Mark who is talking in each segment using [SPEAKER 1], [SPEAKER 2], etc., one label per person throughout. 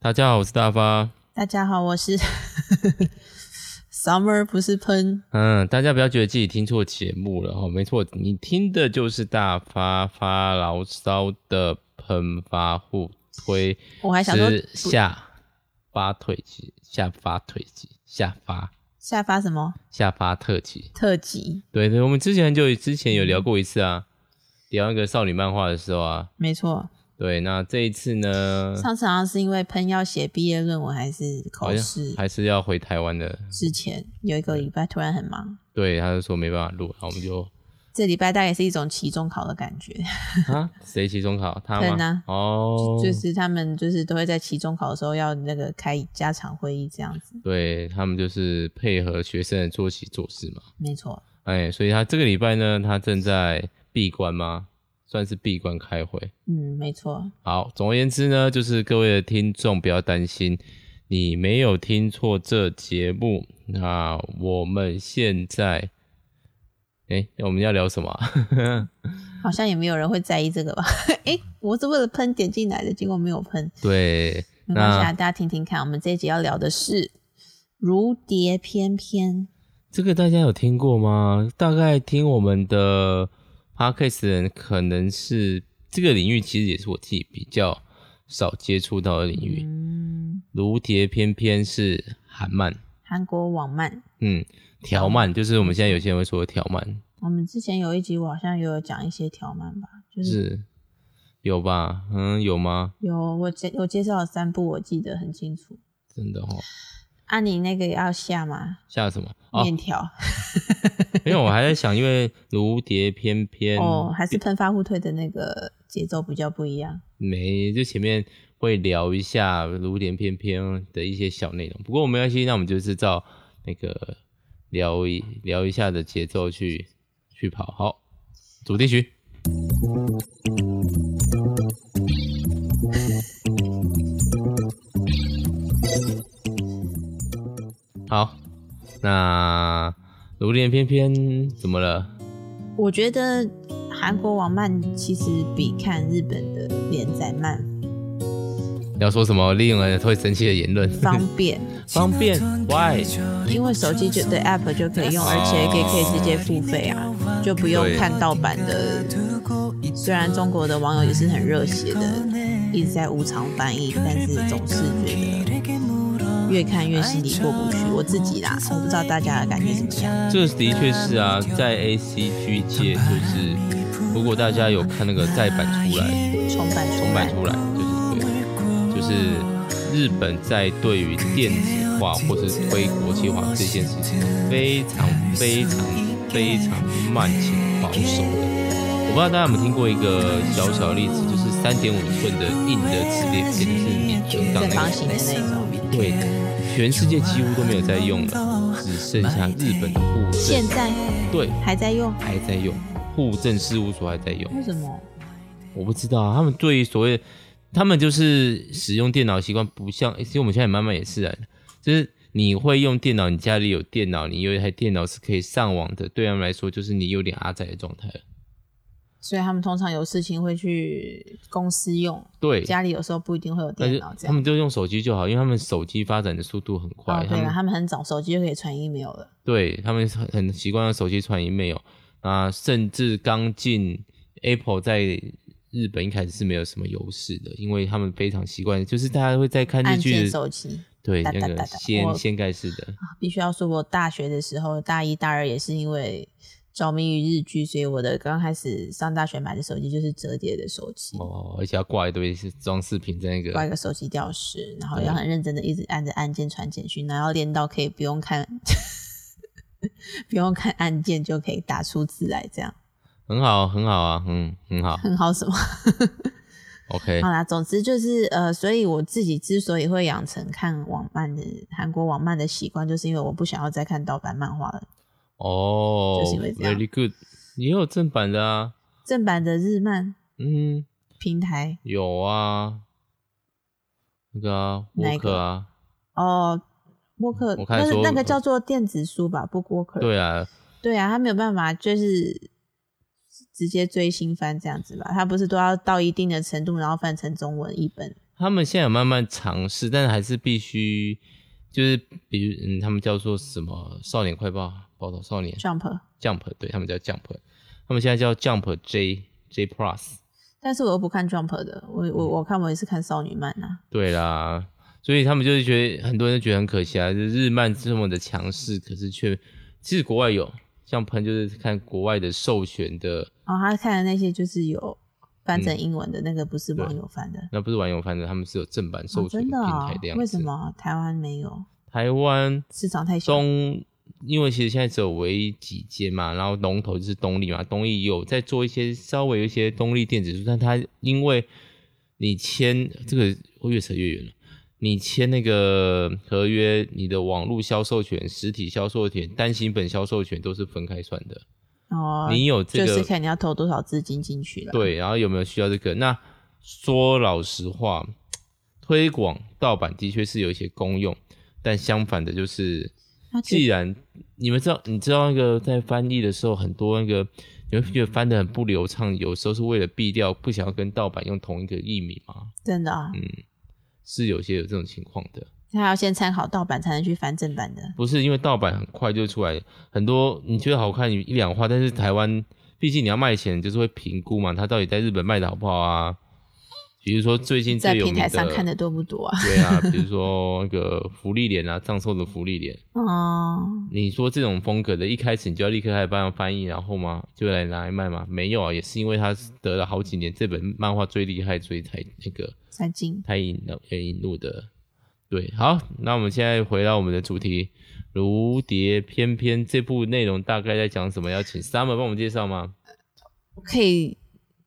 [SPEAKER 1] 大家好，我是大发。
[SPEAKER 2] 大家好，我是 Summer，不是喷。
[SPEAKER 1] 嗯，大家不要觉得自己听错节目了哦哈，没错，你听的就是大发发牢骚的喷发互推
[SPEAKER 2] 我还想说
[SPEAKER 1] 之下发腿肌，下发腿肌，下发
[SPEAKER 2] 下发什么
[SPEAKER 1] 下发特辑。
[SPEAKER 2] 特辑？
[SPEAKER 1] 对对，我们之前很久之前有聊过一次啊，聊那个少女漫画的时候啊。
[SPEAKER 2] 没错，
[SPEAKER 1] 对，那这一次呢，
[SPEAKER 2] 上次好像是因为喷要写毕业论文还是
[SPEAKER 1] 好
[SPEAKER 2] 口
[SPEAKER 1] 像
[SPEAKER 2] 试
[SPEAKER 1] 还是要回台湾的。
[SPEAKER 2] 之前，有一个礼拜突然很忙。
[SPEAKER 1] 对，他就说没办法录，然后我们就
[SPEAKER 2] 这礼拜大概是一种期中考的感觉，
[SPEAKER 1] 啊，谁期中考？他
[SPEAKER 2] 可能
[SPEAKER 1] 吗
[SPEAKER 2] 啊？
[SPEAKER 1] 哦，
[SPEAKER 2] 就是他们就是都会在期中考的时候要那个开家常会议这样子。
[SPEAKER 1] 对他们就是配合学生的作息做事嘛。
[SPEAKER 2] 没错，
[SPEAKER 1] 哎，所以他这个礼拜呢，他正在闭关吗？算是闭关开会。
[SPEAKER 2] 嗯，没错，
[SPEAKER 1] 好，总而言之呢，就是各位的听众不要担心，你没有听错这节目。那我们现在，哎，我们要聊什么啊？
[SPEAKER 2] 好像也没有人会在意这个吧？ 诶，我是为了喷点进来的，结果没有喷。
[SPEAKER 1] 对，
[SPEAKER 2] 没关系
[SPEAKER 1] 那
[SPEAKER 2] 啊，大家听听看，我们这一集要聊的是《如蝶翩翩》。
[SPEAKER 1] 这个大家有听过吗？大概听我们的 podcast 的人，可能是这个领域，其实也是我自己比较少接触到的领域。
[SPEAKER 2] 嗯，
[SPEAKER 1] 如蝶翩翩是韩漫，
[SPEAKER 2] 韩国网漫，
[SPEAKER 1] 嗯，条漫就是我们现在有些人会说的条漫，
[SPEAKER 2] 我们之前有一集我好像也有讲一些条漫吧，就是
[SPEAKER 1] 是有吧？嗯，有吗？
[SPEAKER 2] 有我介我介绍了三部，我记得很清楚。
[SPEAKER 1] 真的哦，
[SPEAKER 2] 啊，你那个也要下吗？
[SPEAKER 1] 下什么？哦，
[SPEAKER 2] 面条
[SPEAKER 1] 因为我还在想，因为如蝶翩翩
[SPEAKER 2] 哦，还是喷发互推的那个节奏比较不一样。
[SPEAKER 1] 没，就前面会聊一下《如莲翩翩》的一些小内容。不过没关系，那我们就是照那个聊一聊一下的节奏去去跑。好，主题曲。 好，那《如莲翩翩》怎么了？
[SPEAKER 2] 我觉得韩国网漫其实比看日本的连载漫
[SPEAKER 1] 要说什么令人会生气的言论？
[SPEAKER 2] 方便。
[SPEAKER 1] 方便？Why？
[SPEAKER 2] 因为手机就的 app 就可以用，而且可以可以直接付费啊，就不用看盗版的。虽然中国的网友也是很热血的，一直在无偿翻译，但是总是觉得越看越心里过不去。我自己啦，我不知道大家的感觉怎么样。
[SPEAKER 1] 这的确是啊，在 A C G 界，就是如果大家有看那个再版出来、
[SPEAKER 2] 重版
[SPEAKER 1] 重
[SPEAKER 2] 重
[SPEAKER 1] 版
[SPEAKER 2] 版，
[SPEAKER 1] 出来，就是对，就是日本在对于电子化或是推国际化这件事情，非常非常非常慢且保守的。我不知道大家有没有听过一个小小的例子，就是三点五寸的硬的磁碟片，就是你存档
[SPEAKER 2] 正
[SPEAKER 1] 那
[SPEAKER 2] 方
[SPEAKER 1] 个
[SPEAKER 2] 形的那种。
[SPEAKER 1] 对，全世界几乎都没有在用了，只剩下日本的户
[SPEAKER 2] 现
[SPEAKER 1] 政
[SPEAKER 2] 在
[SPEAKER 1] 对
[SPEAKER 2] 还在用？
[SPEAKER 1] 还在用，户政事务所还在用。
[SPEAKER 2] 为什么？
[SPEAKER 1] 我不知道啊，他们对于所谓他们就是使用电脑的习惯不像，诶其实我们现在慢慢也是啊，就是你会用电脑，你家里有电脑，你有一台电脑是可以上网的，对他们来说就是你有点阿仔的状态了。
[SPEAKER 2] 所以他们通常有事情会去公司用，
[SPEAKER 1] 对，
[SPEAKER 2] 家里有时候不一定会有
[SPEAKER 1] 但
[SPEAKER 2] 电
[SPEAKER 1] 是
[SPEAKER 2] 脑这
[SPEAKER 1] 他
[SPEAKER 2] 样。
[SPEAKER 1] 们就用手机就好，因为他们手机发展的速度很快，
[SPEAKER 2] 哦，
[SPEAKER 1] 他
[SPEAKER 2] 对了，
[SPEAKER 1] 们
[SPEAKER 2] 他们很早手机就可以传 email 了。
[SPEAKER 1] 对他们很很习惯用手机传 email 啊，甚至刚进 Apple 在日本一开始是没有什么优势的，因为他们非常习惯，就是大家会在看日
[SPEAKER 2] 按
[SPEAKER 1] 剧
[SPEAKER 2] 键
[SPEAKER 1] 的
[SPEAKER 2] 手机
[SPEAKER 1] 对
[SPEAKER 2] 哒
[SPEAKER 1] 那
[SPEAKER 2] 哒
[SPEAKER 1] 个
[SPEAKER 2] 哒哒
[SPEAKER 1] 掀
[SPEAKER 2] 我
[SPEAKER 1] 掀盖式的，
[SPEAKER 2] 啊，必须要说，我大学的时候，大一、大二也是因为着迷于日剧，所以我的刚开始上大学买的手机就是折叠的手机，
[SPEAKER 1] 哦，而且要挂一堆是装饰品在那
[SPEAKER 2] 挂一
[SPEAKER 1] 个，
[SPEAKER 2] 个手机吊饰，然后
[SPEAKER 1] 对
[SPEAKER 2] 要很认真的一直按着按键传简讯，然后练到可以不用看， 不用看按键就可以打出字来，这样
[SPEAKER 1] 很好，很好啊，嗯，很好
[SPEAKER 2] 很好什么？
[SPEAKER 1] ，OK，
[SPEAKER 2] 好啦，总之就是呃，所以我自己之所以会养成看网漫的韩国网漫的习惯，就是因为我不想要再看盗版漫画了。
[SPEAKER 1] 哦
[SPEAKER 2] 就是因为这样
[SPEAKER 1] ，very good，也有正版的啊，
[SPEAKER 2] 正版的日漫
[SPEAKER 1] 嗯，
[SPEAKER 2] 平台
[SPEAKER 1] 有啊，那个啊，
[SPEAKER 2] 哪一
[SPEAKER 1] Walker
[SPEAKER 2] 个
[SPEAKER 1] 啊，
[SPEAKER 2] 哦，沃克
[SPEAKER 1] 我，看
[SPEAKER 2] 那
[SPEAKER 1] 说
[SPEAKER 2] 个那个叫做电子书吧，Book Walker。
[SPEAKER 1] 对啊，
[SPEAKER 2] 对啊，他没有办法，就是直接追新番这样子吧。他不是都要到一定的程度，然后翻成中文译本？
[SPEAKER 1] 他们现在有慢慢尝试，但是还是必须就是比如嗯，他们叫做什么少年快报报道少年
[SPEAKER 2] Jump
[SPEAKER 1] Jump，对他们叫 Jump，他们现在叫 Jump J J Plus。
[SPEAKER 2] 但是我又不看 Jump 的，我
[SPEAKER 1] 嗯
[SPEAKER 2] 我我看我也是看少女漫啊呐、
[SPEAKER 1] 对啦，所以他们就是觉得很多人就觉得很可惜啊，就是日漫这么的强势，可是却其实国外有像喷就是看国外的授权的，
[SPEAKER 2] 然后他看的那些就是有翻
[SPEAKER 1] 嗯
[SPEAKER 2] 成英文的、那个，不是网友翻的。
[SPEAKER 1] 那不是网友翻的，他们是有正版授
[SPEAKER 2] 哦、
[SPEAKER 1] 权
[SPEAKER 2] 真的
[SPEAKER 1] 平
[SPEAKER 2] 啊、
[SPEAKER 1] 台的样子。
[SPEAKER 2] 为什？么台湾没有？
[SPEAKER 1] 台湾
[SPEAKER 2] 市场太小。
[SPEAKER 1] 中，因为其实现在只有唯几间嘛，然后龙头就是东立嘛，东立有在做一些稍微有一些东立电子书，但它因为你签这个会越扯越远了，你签那个合约，你的网络销售权、实体销售权、单行本销售权都是分开算的，
[SPEAKER 2] 哦，
[SPEAKER 1] 你有这个
[SPEAKER 2] 就是看你要投多少资金进去了。，
[SPEAKER 1] 对，然后有没有需要这个？那说老实话，推广盗版的确是有一些功用，但相反的就是
[SPEAKER 2] 那，其
[SPEAKER 1] 既然你们知道，你知道那个在翻译的时候，很多那个你会觉得翻的很不流畅，有时候是为了避掉不想要跟盗版用同一个译名吗？
[SPEAKER 2] 真的啊，
[SPEAKER 1] 是有些有这种情况的，
[SPEAKER 2] 那还要先参考盗版才能去翻正版的。
[SPEAKER 1] 不是因为盗版很快就出来，很多你觉得好看你一两话，但是台湾毕竟你要卖钱，就是会评估嘛，它到底在日本卖的好不好啊？比如说最近
[SPEAKER 2] 在
[SPEAKER 1] 最有
[SPEAKER 2] 平
[SPEAKER 1] 名
[SPEAKER 2] 台上看的多不多啊？
[SPEAKER 1] 对啊，比如说那个福利脸啊，藏寿的福利脸，
[SPEAKER 2] 嗯，
[SPEAKER 1] 你说这种风格的，一开始你就要立刻开始帮他翻译，然后吗，就来拿来卖吗？没有啊，也是因为他得了好几年这本漫画最厉害，所以才那个
[SPEAKER 2] 三金
[SPEAKER 1] 才引也引入的。对，好，那我们现在回到我们的主题，《如蝶翩翩》这部内容大概在讲什么？要请 Summer 帮我们介绍吗？
[SPEAKER 2] 可以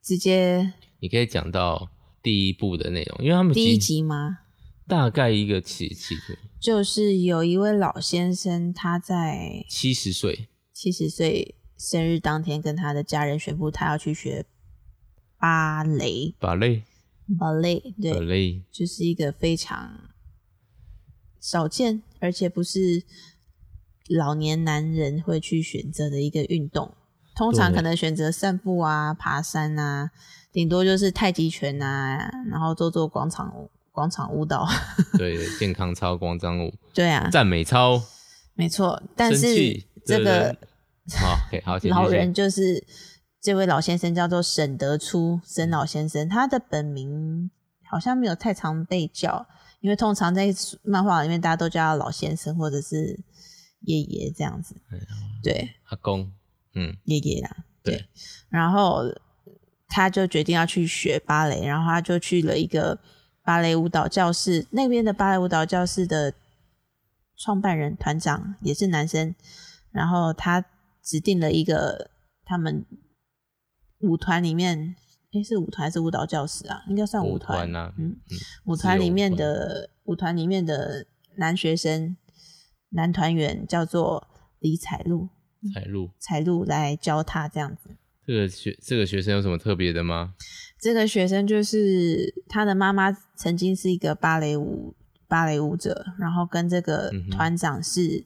[SPEAKER 2] 直接
[SPEAKER 1] 你可以讲到第一部的内容，因为他们
[SPEAKER 2] 第一
[SPEAKER 1] 其
[SPEAKER 2] 集吗？
[SPEAKER 1] 大概一个起起头，
[SPEAKER 2] 就是有一位老先生，他在
[SPEAKER 1] 七十岁，
[SPEAKER 2] 七十岁生日当天，跟他的家人宣布他要去学芭蕾
[SPEAKER 1] 芭蕾，
[SPEAKER 2] ，ballet，
[SPEAKER 1] 芭
[SPEAKER 2] 对，
[SPEAKER 1] 蕾，
[SPEAKER 2] 就是一个非常少见，而且不是老年男人会去选择的一个运动。通常
[SPEAKER 1] 对
[SPEAKER 2] 可能选择散步啊、爬山啊，顶多就是太极拳啊，然后做做广场舞、广场舞蹈。
[SPEAKER 1] 对，健康操、广场舞、
[SPEAKER 2] 对啊，
[SPEAKER 1] 赞美操，
[SPEAKER 2] 没错。但
[SPEAKER 1] 生
[SPEAKER 2] 是
[SPEAKER 1] 气
[SPEAKER 2] 这
[SPEAKER 1] 对
[SPEAKER 2] 个
[SPEAKER 1] 对对好，OK，好，请
[SPEAKER 2] 老
[SPEAKER 1] 继续
[SPEAKER 2] 人就是这位老先生叫做沈德初，沈老先生，他的本名好像没有太常被叫，因为通常在漫画里面大家都叫他老先生或者是爷爷这样子，
[SPEAKER 1] 啊
[SPEAKER 2] 对，
[SPEAKER 1] 阿公，嗯，
[SPEAKER 2] 爷爷啦，
[SPEAKER 1] 对
[SPEAKER 2] 对，然后他就决定要去学芭蕾，然后他就去了一个芭蕾舞蹈教室，那边的芭蕾舞蹈教室的创办人团长也是男生，然后他指定了一个他们舞团里面，诶，是舞团还是舞蹈教室啊？应该算
[SPEAKER 1] 舞
[SPEAKER 2] 团
[SPEAKER 1] 团啊
[SPEAKER 2] 嗯，
[SPEAKER 1] 嗯
[SPEAKER 2] 舞团里面的舞团里面的男学生男团员叫做李彩璐，
[SPEAKER 1] 彩露，
[SPEAKER 2] 彩璐来教他这样子。
[SPEAKER 1] 这个学这个学生有什么特别的吗？
[SPEAKER 2] 这个学生就是他的妈妈曾经是一个芭蕾舞芭蕾舞者，然后跟这个
[SPEAKER 1] 嗯哼
[SPEAKER 2] 团长是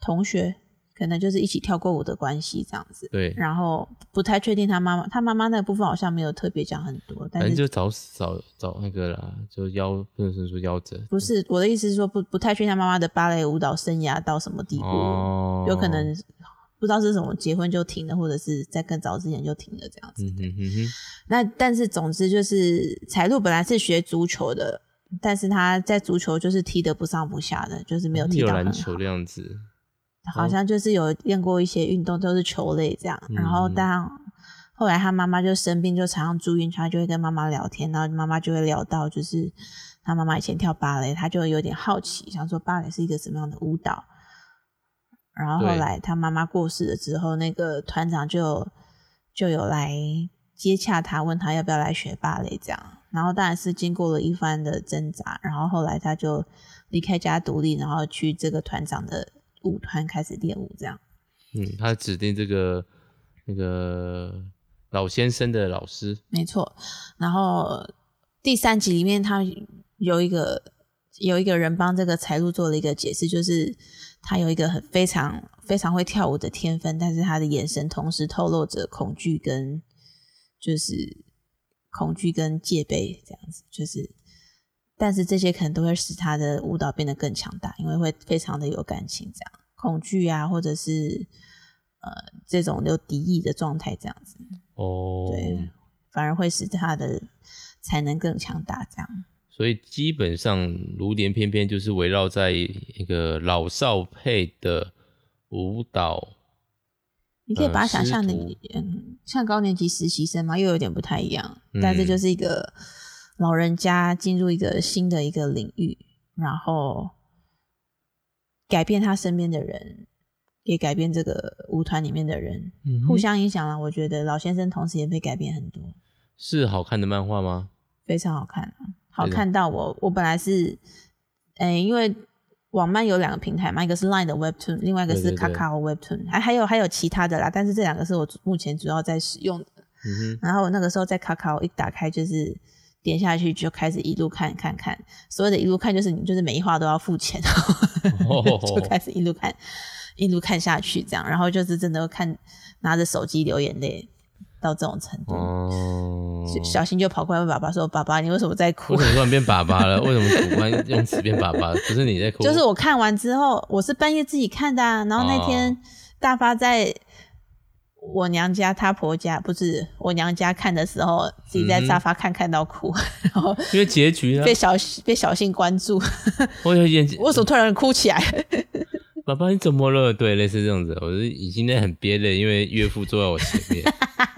[SPEAKER 2] 同学，可能就是一起跳过舞的关系这样子。
[SPEAKER 1] 对，
[SPEAKER 2] 然后不太确定他妈妈，他妈妈那部分好像没有特别讲很多，
[SPEAKER 1] 反
[SPEAKER 2] 但
[SPEAKER 1] 正
[SPEAKER 2] 是
[SPEAKER 1] 就找找找那个啦，就夭，不能说夭折，
[SPEAKER 2] 不是我的意思是说不不太确定他妈妈的芭蕾舞蹈生涯到什么地步，
[SPEAKER 1] 哦，
[SPEAKER 2] 有可能不知道是什么结婚就停了，或者是在更早之前就停了这样子。
[SPEAKER 1] 嗯哼哼哼，
[SPEAKER 2] 那但是总之就是彩璐本来是学足球的，但是他在足球就是踢得不上不下的，就是没有踢
[SPEAKER 1] 哦有
[SPEAKER 2] 到很
[SPEAKER 1] 篮
[SPEAKER 2] 好
[SPEAKER 1] 球的哦样子，
[SPEAKER 2] 好像就是有练过一些运动，都是球类这样。
[SPEAKER 1] 嗯
[SPEAKER 2] 然后但后来他妈妈就生病，就常常住院，他就会跟妈妈聊天，然后妈妈就会聊到就是他妈妈以前跳芭蕾，他就有点好奇，想说芭蕾是一个什么样的舞蹈。然后后
[SPEAKER 1] 对
[SPEAKER 2] 来他妈妈过世了之后，那个团长就就有来接洽他，问他要不要来学芭蕾这样。然后当然是经过了一番的挣扎，然后后来他就离开家独立，然后去这个团长的舞团开始练舞这样。
[SPEAKER 1] 嗯，他指定这个那个老先生的老师，
[SPEAKER 2] 没错。然后第三集里面，他有一个有一个人帮这个财路做了一个解释，就是他有一个很非常非常会跳舞的天分，但是他的眼神同时透露着恐惧跟就是恐惧跟戒备，这样子就是但是这些可能都会使他的舞蹈变得更强大，因为会非常的有感情，这样恐惧啊，或者是呃这种有敌意的状态，这样子
[SPEAKER 1] 哦，
[SPEAKER 2] 对，啊反而会使他的才能更强大，这样。
[SPEAKER 1] 所以基本上，如莲翩翩就是围绕在一个老少配的舞蹈。
[SPEAKER 2] 你可以把它想象的，嗯，像高年级实习生嘛，又有点不太一样，但这就是一个老人家进入一个新的一个领域，然后改变他身边的人，也改变这个舞团里面的人，
[SPEAKER 1] 嗯哼
[SPEAKER 2] 互相影响了。我觉得老先生同时也被改变很多，
[SPEAKER 1] 是好看的漫画吗？
[SPEAKER 2] 非常好看啊，好
[SPEAKER 1] 对的
[SPEAKER 2] 看到我，我本来是，哎、因为网漫有两个平台嘛，一个是 Line 的 Webtoon，另外一个
[SPEAKER 1] 对
[SPEAKER 2] 是
[SPEAKER 1] 对对
[SPEAKER 2] Kakao Webtoon，还还有还有其他的啦，但是这两个是我目前主要在使用的。
[SPEAKER 1] 嗯哼，
[SPEAKER 2] 然后我那个时候在 Kakao 一打开就是点下去就开始一路看看看，所谓的一路看就是你就是每一话都要 付钱，就开始一路看一路看下去这样，然后就是真的看拿着手机流眼泪到这种程度。
[SPEAKER 1] 哦，
[SPEAKER 2] 就嗯小新就跑过来问爸爸说：“爸爸，你为什么在哭
[SPEAKER 1] 为什么突然变粑粑了？为什么主观用词变粑粑？不是你在？”哭？
[SPEAKER 2] 就是我看完之后，我是半夜自己看的、啊，然后那天
[SPEAKER 1] 哦
[SPEAKER 2] 大发在我娘家、她婆家，不是我娘家看的时候，自己在
[SPEAKER 1] 嗯哼啊
[SPEAKER 2] 沙发看看到哭， 然 后
[SPEAKER 1] 因为结局呢
[SPEAKER 2] 被，小被小新关注，
[SPEAKER 1] 我有眼
[SPEAKER 2] 为什么突然哭起来？
[SPEAKER 1] 爸爸你怎么了？对，类似这样子，我是已经在很憋累，因为岳父坐在我前 面，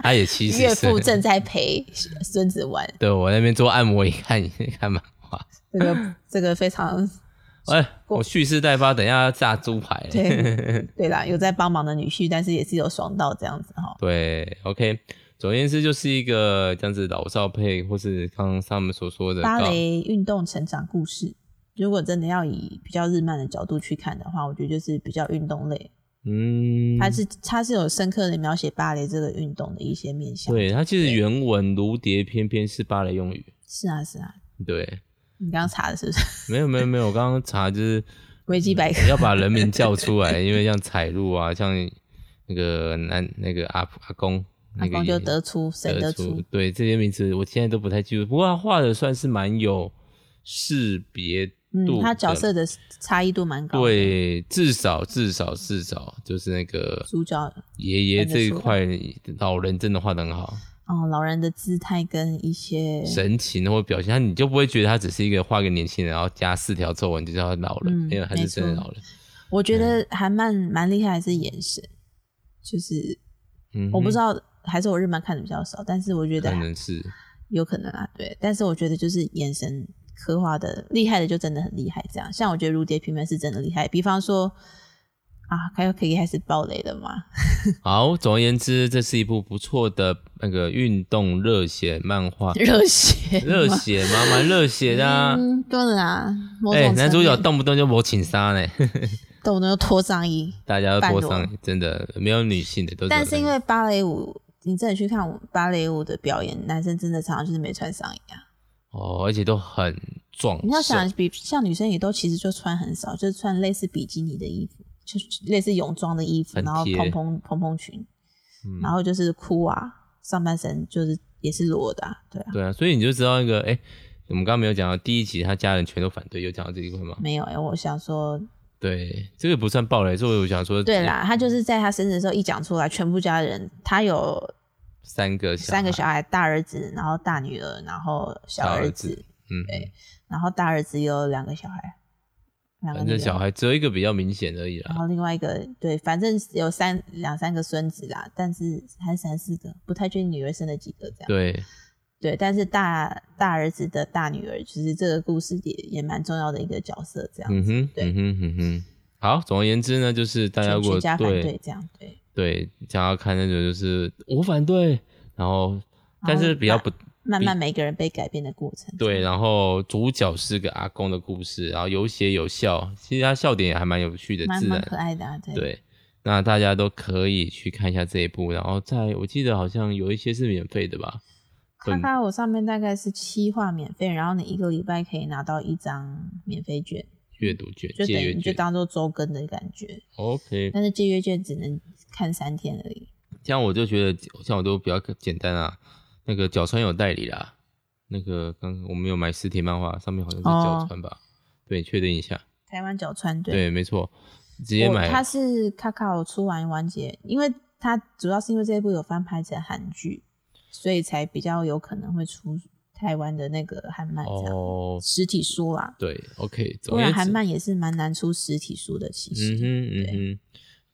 [SPEAKER 1] 他也七十岁，
[SPEAKER 2] 岳父正在陪孙子玩，
[SPEAKER 1] 对我在那边做按摩椅看看漫画。
[SPEAKER 2] 这个这个非常
[SPEAKER 1] 哎，我蓄势待发，等一下要炸猪排。
[SPEAKER 2] 对对啦，有在帮忙的女婿，但是也是有爽到这样子哈。
[SPEAKER 1] 对，OK。总而言之，就是一个这样子老少配，或是刚刚他们所说的
[SPEAKER 2] 芭
[SPEAKER 1] 告
[SPEAKER 2] 蕾运动成长故事，如果真的要以比较日漫的角度去看的话，我觉得就是比较运动类，
[SPEAKER 1] 嗯，
[SPEAKER 2] 它是它是有深刻的描写芭蕾这个运动的一些面向。
[SPEAKER 1] 对它其实原文“如蝶翩翩”是芭蕾用语。
[SPEAKER 2] 是啊是啊，
[SPEAKER 1] 对，
[SPEAKER 2] 你刚刚查的是不是
[SPEAKER 1] 没有没有没有，我刚刚查就是嗯
[SPEAKER 2] 维基百科？
[SPEAKER 1] 要把人名叫出来，因为像彩露啊，像那个男那个阿阿公，
[SPEAKER 2] 阿
[SPEAKER 1] 那个
[SPEAKER 2] 公就
[SPEAKER 1] 也
[SPEAKER 2] 得出，神
[SPEAKER 1] 得
[SPEAKER 2] 得出，
[SPEAKER 1] 对这些名字，我现在都不太记住。不过他画的算是蛮有识别度
[SPEAKER 2] 嗯，
[SPEAKER 1] 的，
[SPEAKER 2] 他角色的差异度蛮高的。
[SPEAKER 1] 对，至少至少至少就是那个
[SPEAKER 2] 主角
[SPEAKER 1] 爷爷这一块老人真的画的很好，
[SPEAKER 2] 哦，老人的姿态跟一些
[SPEAKER 1] 神情或表现，他你就不会觉得他只是一个画个年轻人，然后加四条皱纹就叫他老人，
[SPEAKER 2] 嗯
[SPEAKER 1] 没有，他是真的老人。
[SPEAKER 2] 我觉
[SPEAKER 1] 嗯
[SPEAKER 2] 得韩漫蛮厉害的是眼神，就是
[SPEAKER 1] 嗯，
[SPEAKER 2] 我不知，道，还是我日漫看的比较少，但是我觉
[SPEAKER 1] 可
[SPEAKER 2] 得
[SPEAKER 1] 能是
[SPEAKER 2] 有可能啊，对。但是我觉得就是眼神刻画的厉害的就真的很厉害，这样。像我觉得如蝶平面是真的厉害，比方说啊，还有可以开始爆雷了嘛？，
[SPEAKER 1] 好。总而言之，这是一部不错的那个运动热血漫画
[SPEAKER 2] 热血吗，
[SPEAKER 1] 热血吗？蛮热血的啊。
[SPEAKER 2] 嗯，对啦，某
[SPEAKER 1] 哎、
[SPEAKER 2] 种
[SPEAKER 1] 男主角
[SPEAKER 2] 层面
[SPEAKER 1] 动不动就我请杀呢，
[SPEAKER 2] 动不动就脱上衣，
[SPEAKER 1] 大家都脱
[SPEAKER 2] 半
[SPEAKER 1] 上，真的没有女性的都。
[SPEAKER 2] 但是因为芭蕾舞，你真的去看芭蕾舞的表演，男生真的常常就是没穿上衣啊。
[SPEAKER 1] 哦，而且都很壮
[SPEAKER 2] 你要
[SPEAKER 1] 盛
[SPEAKER 2] 想，比像女生也都其实就穿很少，就是穿类似比基尼的衣服，就是类似泳装的衣服，
[SPEAKER 1] 很
[SPEAKER 2] 然后
[SPEAKER 1] 贴
[SPEAKER 2] 蓬蓬蓬蓬裙，
[SPEAKER 1] 嗯
[SPEAKER 2] 然后就是裤啊，上半身就是也是裸的啊、对 啊，
[SPEAKER 1] 对啊，所以你就知道那个，哎、我们刚刚没有讲到第一集，他家人全都反对，有讲到这一块吗？
[SPEAKER 2] 没有哎、我想说，
[SPEAKER 1] 对，这个不算暴雷，所以我想说，
[SPEAKER 2] 对，啦，他就是在他生日的时候一讲出来，全部家人，他有
[SPEAKER 1] 三个小
[SPEAKER 2] 三个
[SPEAKER 1] 孩
[SPEAKER 2] 小孩，大儿子，然后大女儿，然后小
[SPEAKER 1] 小儿
[SPEAKER 2] 儿
[SPEAKER 1] 子
[SPEAKER 2] 子，
[SPEAKER 1] 嗯，
[SPEAKER 2] 对然后大儿子也有两个小孩，两个
[SPEAKER 1] 反
[SPEAKER 2] 女
[SPEAKER 1] 正
[SPEAKER 2] 儿。哦
[SPEAKER 1] 小孩只有一个比较明显而已
[SPEAKER 2] 然
[SPEAKER 1] 啦。
[SPEAKER 2] 后另外一个对，反正有三两三个孙子啦，但是还是三四个，不太确定女儿生了几个这样。
[SPEAKER 1] 对，
[SPEAKER 2] 对但是大大儿子的大女儿，其实这个故事也也蛮重要的一个角色这样。
[SPEAKER 1] 嗯哼，
[SPEAKER 2] 对
[SPEAKER 1] 嗯哼，嗯哼。好，总而言之呢，就是大家
[SPEAKER 2] 全
[SPEAKER 1] 如果
[SPEAKER 2] 全家反
[SPEAKER 1] 对
[SPEAKER 2] 对这样对，
[SPEAKER 1] 对想要看那种就是我反对，然后
[SPEAKER 2] 哦
[SPEAKER 1] 但是比较不
[SPEAKER 2] 慢慢每个人被改变的过程。
[SPEAKER 1] 对，，然后主角是个阿公的故事，然后有血有笑，其实他笑点也还蛮有趣的，
[SPEAKER 2] 蛮
[SPEAKER 1] 自
[SPEAKER 2] 蛮
[SPEAKER 1] 然
[SPEAKER 2] 可爱的啊，对。
[SPEAKER 1] 对，那大家都可以去看一下这一部，然后在我记得好像有一些是免费的吧？
[SPEAKER 2] 嗯咔咔，
[SPEAKER 1] 嗯
[SPEAKER 2] 我上面大概是七话免费，然后你一个礼拜可以拿到一张免费券，
[SPEAKER 1] 阅读卷、
[SPEAKER 2] 就等
[SPEAKER 1] 借
[SPEAKER 2] 于
[SPEAKER 1] 阅
[SPEAKER 2] 你就
[SPEAKER 1] 卷
[SPEAKER 2] 当做周更的感觉。
[SPEAKER 1] ，OK。
[SPEAKER 2] 但是借阅券只能看三天而已。
[SPEAKER 1] 这样我就觉得，像我都比较简单啊。那个角川有代理啦，那个刚我们有买实体漫画，上面好像是角川吧？
[SPEAKER 2] 哦
[SPEAKER 1] 对，确定一下。
[SPEAKER 2] 台湾角川
[SPEAKER 1] 对，没错，直接买。
[SPEAKER 2] 它是卡卡我出完完结，因为它主要是因为这一部有翻拍成韩剧，所以才比较有可能会出台湾的那个韩漫这样、
[SPEAKER 1] 哦
[SPEAKER 2] 实体书啦。
[SPEAKER 1] 对，OK，
[SPEAKER 2] 不
[SPEAKER 1] 总而
[SPEAKER 2] 然
[SPEAKER 1] 言
[SPEAKER 2] 韩
[SPEAKER 1] 之，
[SPEAKER 2] 漫也是蛮难出实体书的，其
[SPEAKER 1] 嗯
[SPEAKER 2] 实。
[SPEAKER 1] 哼嗯哼，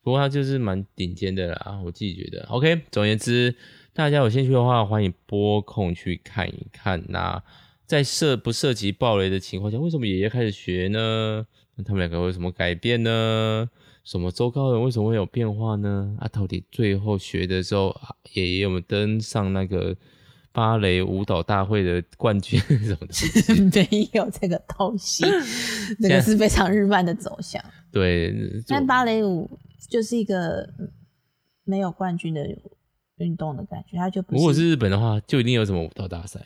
[SPEAKER 1] 不过它就是蛮顶尖的啦，啊我自己觉得。OK，总而言之，大家有兴趣的话，欢迎拨空去看一看那在涉不涉及暴雷的情况下，为什么爷爷开始学呢？那他们两个有什么改变呢？什么周高人为什么会有变化呢？啊，到底最后学的时候，啊爷爷有没有登上那个芭蕾舞蹈大会的冠军 什 么的？
[SPEAKER 2] 没有这个东 西，这个是非常日漫的走向。
[SPEAKER 1] 对，
[SPEAKER 2] 但芭蕾舞就是一个嗯没有冠军的运动的感觉，它就不
[SPEAKER 1] 如果是日本的话，就一定有什么舞蹈大赛。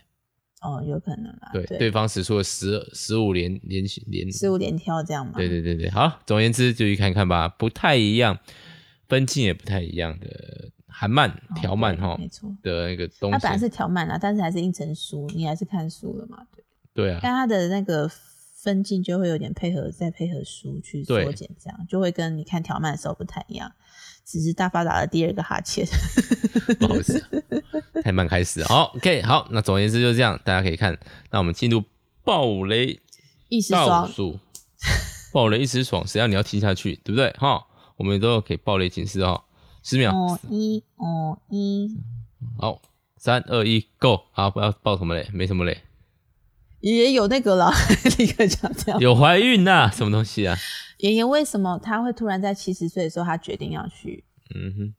[SPEAKER 2] 哦，有可能啦。
[SPEAKER 1] 对，对方使出了十十五连连续连，
[SPEAKER 2] 十五连嗯跳这样嘛。
[SPEAKER 1] 对对对对，好，总而言之就去看看吧，不太一样，分镜也不太一样的韩漫
[SPEAKER 2] 哦
[SPEAKER 1] 条漫
[SPEAKER 2] 对
[SPEAKER 1] 哈
[SPEAKER 2] 没错。
[SPEAKER 1] 的那个东
[SPEAKER 2] 它
[SPEAKER 1] 西
[SPEAKER 2] 本来，是条漫啦，但是还是印成书，你还是看书了嘛？对。
[SPEAKER 1] 对啊，
[SPEAKER 2] 但它的那个分镜就会有点配合，再配合书去缩
[SPEAKER 1] 对
[SPEAKER 2] 减，这样就会跟你看条漫的时候不太一样。只是大发打了第二个哈欠。
[SPEAKER 1] 不好意思啊，太慢开始了。好，OK，好，那总而言之就是这样，大家可以看。那我们进入暴雷
[SPEAKER 2] 意识
[SPEAKER 1] 倒
[SPEAKER 2] 双，
[SPEAKER 1] 数，暴雷一时爽，谁让你要听下去，对不对？哈，我们都有给暴雷警示哈，十秒，
[SPEAKER 2] 哦一哦一
[SPEAKER 1] 好，三二一，Go！好，不要爆什么雷，没什么雷。
[SPEAKER 2] 也有那个 了，立刻讲这 样。
[SPEAKER 1] 有怀孕呐、什么东西啊？
[SPEAKER 2] 妍妍为什么她会突然在七十岁的时候，她决定要去？
[SPEAKER 1] 嗯哼，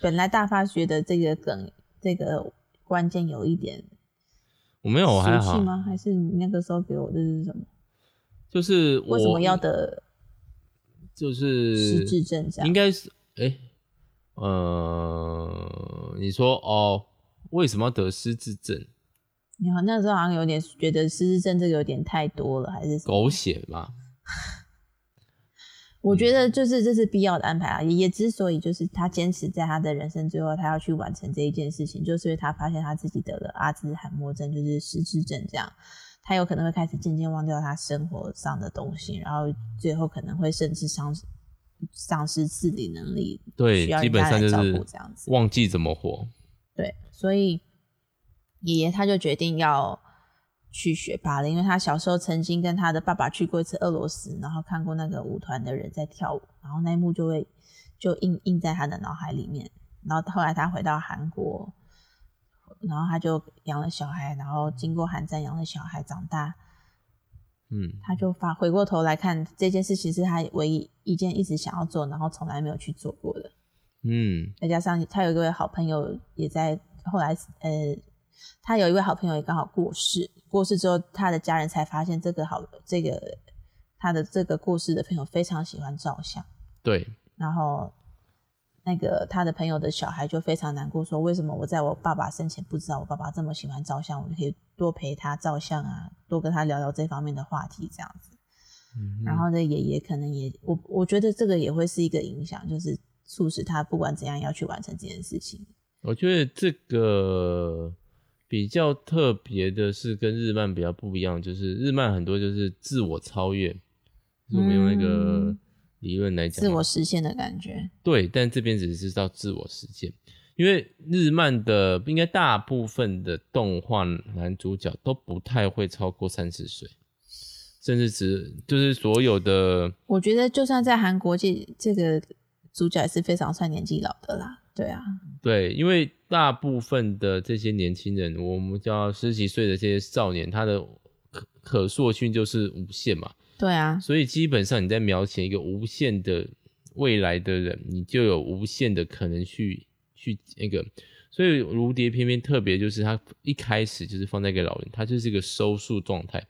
[SPEAKER 2] 本来大发觉得这个梗，这个关键有一点
[SPEAKER 1] 我没有，我还
[SPEAKER 2] 俗气
[SPEAKER 1] 好。
[SPEAKER 2] 吗？还是你那个时候给我的是什么？
[SPEAKER 1] 就是我
[SPEAKER 2] 为什么要的
[SPEAKER 1] 就是
[SPEAKER 2] 失智症这样
[SPEAKER 1] 应？该是哎、呃，你说哦，为什么要得失智症？
[SPEAKER 2] 你好，那时候好像有点觉得失智症这个有点太多了，还是什么？
[SPEAKER 1] 狗血嘛？
[SPEAKER 2] 我觉得就是这是必要的安排啊。爷爷之所以就是他坚持在他的人生最后，他要去完成这一件事情，就是因为他发现他自己得了阿兹海默症，就是失智症这样。他有可能会开始渐渐忘掉他生活上的东西，然后最后可能会甚至丧失丧失自理能力，
[SPEAKER 1] 对
[SPEAKER 2] 需要，
[SPEAKER 1] 基
[SPEAKER 2] 人
[SPEAKER 1] 本
[SPEAKER 2] 家
[SPEAKER 1] 上
[SPEAKER 2] 来
[SPEAKER 1] 就
[SPEAKER 2] 照
[SPEAKER 1] 是
[SPEAKER 2] 顾这样子。
[SPEAKER 1] 忘记怎么活。
[SPEAKER 2] 对，所以爷爷他就决定要去学芭蕾，因为他小时候曾经跟他的爸爸去过一次俄罗斯，然后看过那个舞团的人在跳舞，然后那一幕就会就印印在他的脑海里面。然后后来他回到韩国，然后他就养了小孩，然后经过韩战养了小孩长大，
[SPEAKER 1] 嗯，
[SPEAKER 2] 他就发回过头来看这件事情是他唯一一件一直想要做，然后从来没有去做过的。
[SPEAKER 1] 嗯，
[SPEAKER 2] 再加上他有一位好朋友也在后来，呃，他有一位好朋友也刚好过世，过世之后，他的家人才发现这个好这个他的这个过世的朋友非常喜欢照相，
[SPEAKER 1] 对，
[SPEAKER 2] 然后那个他的朋友的小孩就非常难过，说为什么我在我爸爸生前不知道我爸爸这么喜欢照相，我就可以多陪他照相啊，多跟他聊聊这方面的话题这样子。
[SPEAKER 1] 嗯哼
[SPEAKER 2] 然后这爷爷可能也，我我觉得这个也会是一个影响，就是促使他不管怎样要去完成这件事情。
[SPEAKER 1] 我觉得这个比较特别的是跟日漫比较不一样，就是日漫很多就是自我超越，就是我们用那个
[SPEAKER 2] 嗯
[SPEAKER 1] 理论来讲
[SPEAKER 2] 自
[SPEAKER 1] 嘛，
[SPEAKER 2] 我实现的感觉。
[SPEAKER 1] 对，但这边只是到自我实现，因为日漫的应该大部分的动画男主角都不太会超过三十岁，甚至只就是所有的
[SPEAKER 2] 我觉得就算在韩国界，这个主角也是非常算年纪老的啦。对啊，
[SPEAKER 1] 对，因为大部分的这些年轻人，我们叫十几岁的这些少年，他的可可塑性就是无限嘛，
[SPEAKER 2] 对啊，
[SPEAKER 1] 所以基本上你在描写一个无限的未来的人，你就有无限的可能去去那个。所以如蝶偏偏特别就是他一开始就是放在给老人，他就是一个收束状态。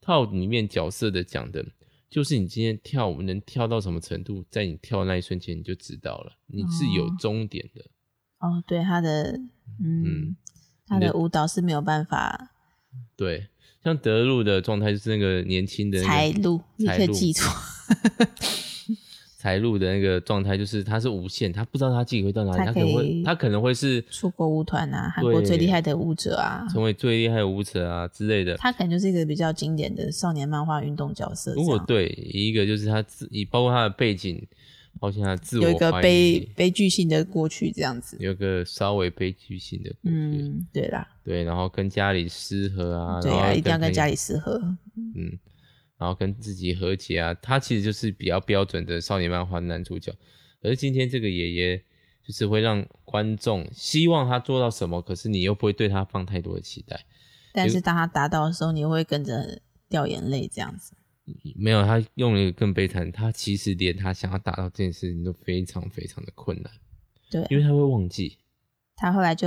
[SPEAKER 1] 套里面角色的讲的，就是你今天跳舞能跳到什么程度，在你跳的那一瞬间你就知道了，你是有
[SPEAKER 2] 哦
[SPEAKER 1] 终点的。
[SPEAKER 2] 哦，对他的，嗯
[SPEAKER 1] 嗯，
[SPEAKER 2] 他
[SPEAKER 1] 你
[SPEAKER 2] 的
[SPEAKER 1] 的
[SPEAKER 2] 舞蹈是没有办法
[SPEAKER 1] 对，像德路的状态就是那个年轻的那个
[SPEAKER 2] 财路，立
[SPEAKER 1] 财
[SPEAKER 2] 刻
[SPEAKER 1] 路
[SPEAKER 2] 记错。
[SPEAKER 1] 财路的那个状态，就是它是无限，他不知道他自己会到哪里，
[SPEAKER 2] 它
[SPEAKER 1] 他
[SPEAKER 2] 可
[SPEAKER 1] 可
[SPEAKER 2] 以
[SPEAKER 1] 能会他可能会是
[SPEAKER 2] 出国舞团啊，韩国
[SPEAKER 1] 对
[SPEAKER 2] 最厉害的舞者啊，
[SPEAKER 1] 成为最厉害的舞者啊之类的。
[SPEAKER 2] 他可能就是一个比较经典的少年漫画运动角色这
[SPEAKER 1] 如
[SPEAKER 2] 样。
[SPEAKER 1] 果对一个就是他自，以包括他的背景，包括他的自我
[SPEAKER 2] 有一个
[SPEAKER 1] 怀疑
[SPEAKER 2] 悲悲剧性的过去这样子，
[SPEAKER 1] 有一个稍微悲剧性的故事，
[SPEAKER 2] 嗯，对啦，
[SPEAKER 1] 对，然后跟家里失和啊，
[SPEAKER 2] 对
[SPEAKER 1] 然后
[SPEAKER 2] 啊，一定要
[SPEAKER 1] 朋
[SPEAKER 2] 跟
[SPEAKER 1] 友
[SPEAKER 2] 家里适合，
[SPEAKER 1] 嗯，然后跟自己和解啊，他其实就是比较标准的少年漫画男主角。而今天这个爷爷，就是会让观众希望他做到什么，可是你又不会对他放太多的期待。
[SPEAKER 2] 但是当他达到的时候，你会跟着掉眼泪这样子。
[SPEAKER 1] 没有，他用了一个更悲惨，他其实连他想要达到这件事情都非常非常的困难，
[SPEAKER 2] 对啊，
[SPEAKER 1] 因为他会忘记。
[SPEAKER 2] 他后来就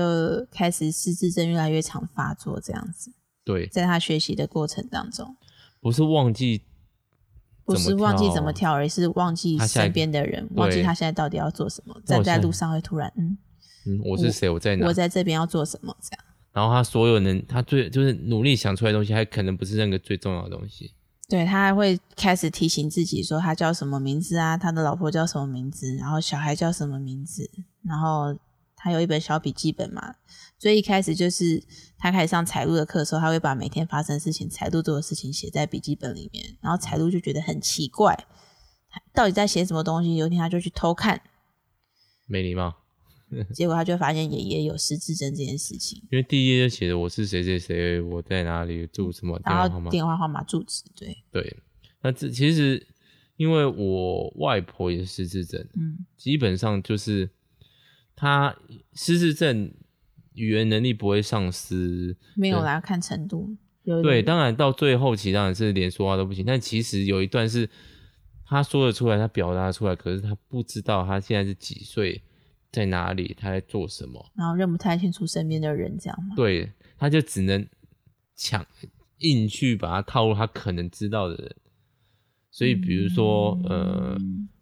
[SPEAKER 2] 开始失智症越来越常发作这样子，
[SPEAKER 1] 对，
[SPEAKER 2] 在他学习的过程当中，
[SPEAKER 1] 不是忘记，
[SPEAKER 2] 不是忘记怎么，跳，而是忘记
[SPEAKER 1] 他下一
[SPEAKER 2] 身边的人，忘记
[SPEAKER 1] 对
[SPEAKER 2] 他现在到底要做什么，
[SPEAKER 1] 那
[SPEAKER 2] 站
[SPEAKER 1] 我
[SPEAKER 2] 在
[SPEAKER 1] 现在
[SPEAKER 2] 路上会突然嗯，
[SPEAKER 1] 嗯，我是谁，我在哪
[SPEAKER 2] 我？在这边要做什么这样。
[SPEAKER 1] 然后他所有能，他最就是努力想出来的东西，还可能不是那个最重要的东西。
[SPEAKER 2] 对他还会开始提醒自己说他叫什么名字啊，他的老婆叫什么名字，然后小孩叫什么名字，然后他有一本小笔记本嘛，所以一开始就是他开始上财路的课的时候，他会把每天发生的事情、财路做的事情写在笔记本里面，然后财路就觉得很奇怪，到底在写什么东西？有一天他就去偷看，
[SPEAKER 1] 没礼貌。
[SPEAKER 2] 结果他就发现爷爷有失智症这件事情，
[SPEAKER 1] 因为第一页就写着我是谁谁谁，我在哪里住什么电话
[SPEAKER 2] 然
[SPEAKER 1] 啊号
[SPEAKER 2] 后
[SPEAKER 1] 码。
[SPEAKER 2] 电话号码、住址，对，
[SPEAKER 1] 对，那这其实因为我外婆也是失智症，
[SPEAKER 2] 嗯，
[SPEAKER 1] 基本上就是她失智症语言能力不会丧失。
[SPEAKER 2] 没有啦，看程度，有
[SPEAKER 1] 对，
[SPEAKER 2] 点
[SPEAKER 1] 当然到最后期当然是连说话都不行，但其实有一段是她说得出来，她表达得出来，可是她不知道她现在是几岁，在哪里，她在做什么。
[SPEAKER 2] 然后认不太清楚身边的人这样嘛。
[SPEAKER 1] 对，他就只能抢硬去把它套入他可能知道的人。所以，比如说，
[SPEAKER 2] 嗯
[SPEAKER 1] 呃，